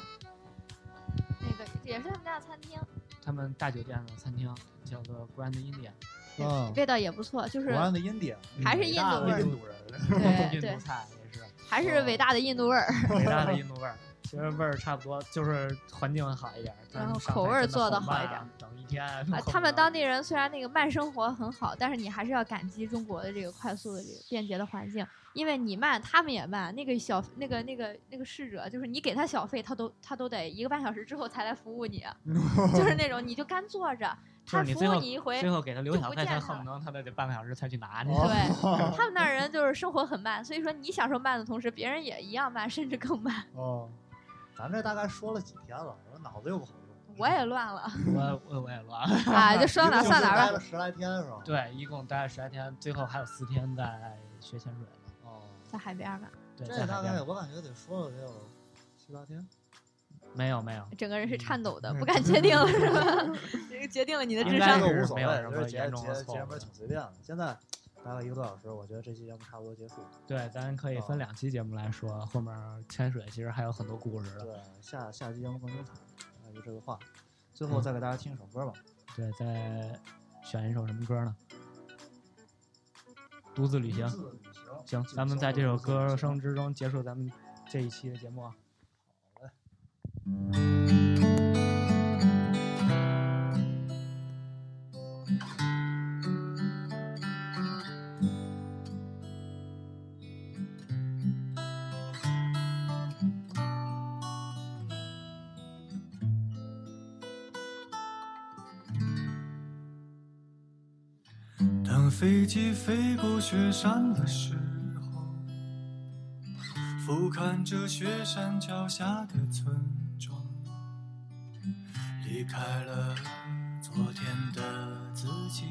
那个也是他们家的餐厅，他们大酒店的餐厅叫做 Grand Indian，嗯，味道也不错，就是国安的印第安，还是印度味儿印度人， *laughs* 对 *laughs* 印对度，菜也是还是伟大的印度味儿， *laughs* 伟大的印度味儿。其实味儿差不多，就是环境好一点儿，但然是后上口菜味儿真做得好好一慢点儿啊。等一天，啊，*laughs* 他们当地人虽然那个慢生活很好，但是你还是要感激中国的这个快速的这个便捷的环境，因为你慢，他们也慢。那个小那个那个那个侍者，就是你给他小费，他都他都得一个半小时之后才来服 *laughs* 务你，就是那种你就干坐着，就是他你服最务后你一回，最后给他留就小不费，他见恨了不能他都得半个小时才去拿去。*laughs* 哦对，他们那儿人就是生活很慢，所以说你享受慢的同时，别人也一样慢，甚至更慢。哦，咱这大概说了几天了，我脑子又不好用，我也乱 *laughs* 了我我我也乱。啊，就说哪儿算哪待儿了 *laughs* 吧。十来天是吧？对，一共待了十来天，最后还有四天在学潜水了。哦，在海边儿吧，对，这在大海概边我感觉得说了得有七八天，没有没有，整个人是颤抖的，嗯不敢 *laughs* 确定了是吧？ *laughs* 这个决定了你的应智该商这。个是无所没谓，有什么就是节严重的节错节误目挺随便的。现在大概一个多小时，我觉得这期节目差不多结束。对，咱可以哦分两期节目来说，后面潜水其实还有很多故事的。对，下下期节目更精彩，那就这个话。最后再给大家听一首歌吧。对，再选一首什么歌呢？独自旅行。自旅行行，咱们在这首歌声之中结束咱们这一期的节目啊。当飞机飞过雪山的时候，俯瞰着雪山脚下的村庄，离开了昨天的自己，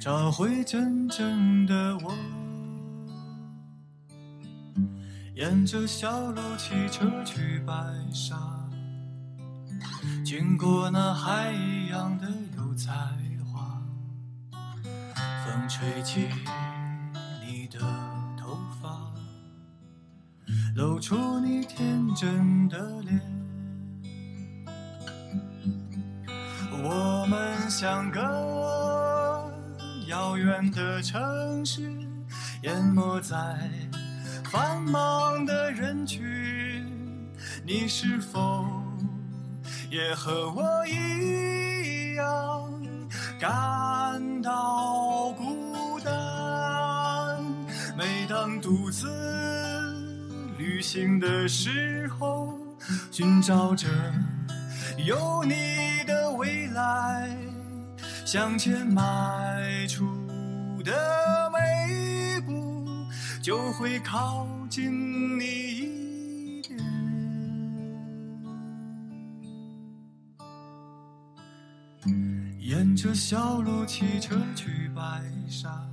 找回真正的我。沿着小路骑车去白沙，经过那海一样的有才华，风吹起你的头发，露出你天真的脸。我们像个遥远的城市，淹没在繁忙的人群。你是否也和我一样感到孤单？每当独自旅行的时候，寻找着有你的未来，向前迈出的每一步，就会靠近你一点。沿着小路骑车去白沙，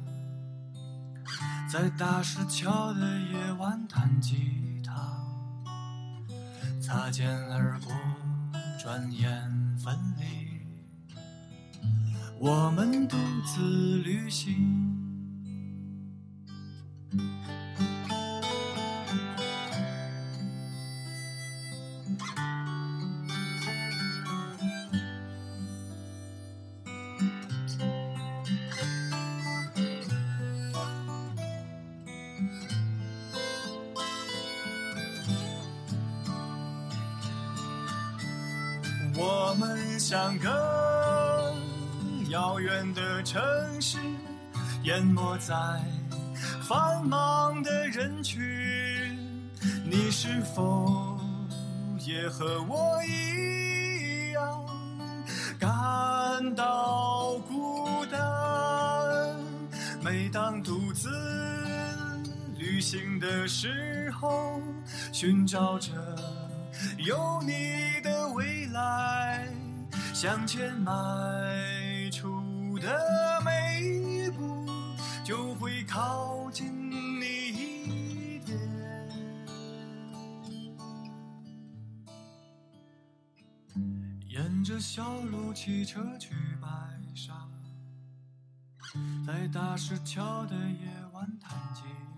在大石桥的夜晚弹吉他，擦肩而过，转眼分离，我们独自旅行。我们像更遥远的城市，淹没在繁忙的人群。你是否也和我一样感到孤单？每当独自旅行的时候，寻找着有你的未来，向前迈出的每一步，就会靠近你一点。沿着小路骑车去白沙，在大石桥的夜晚弹吉他。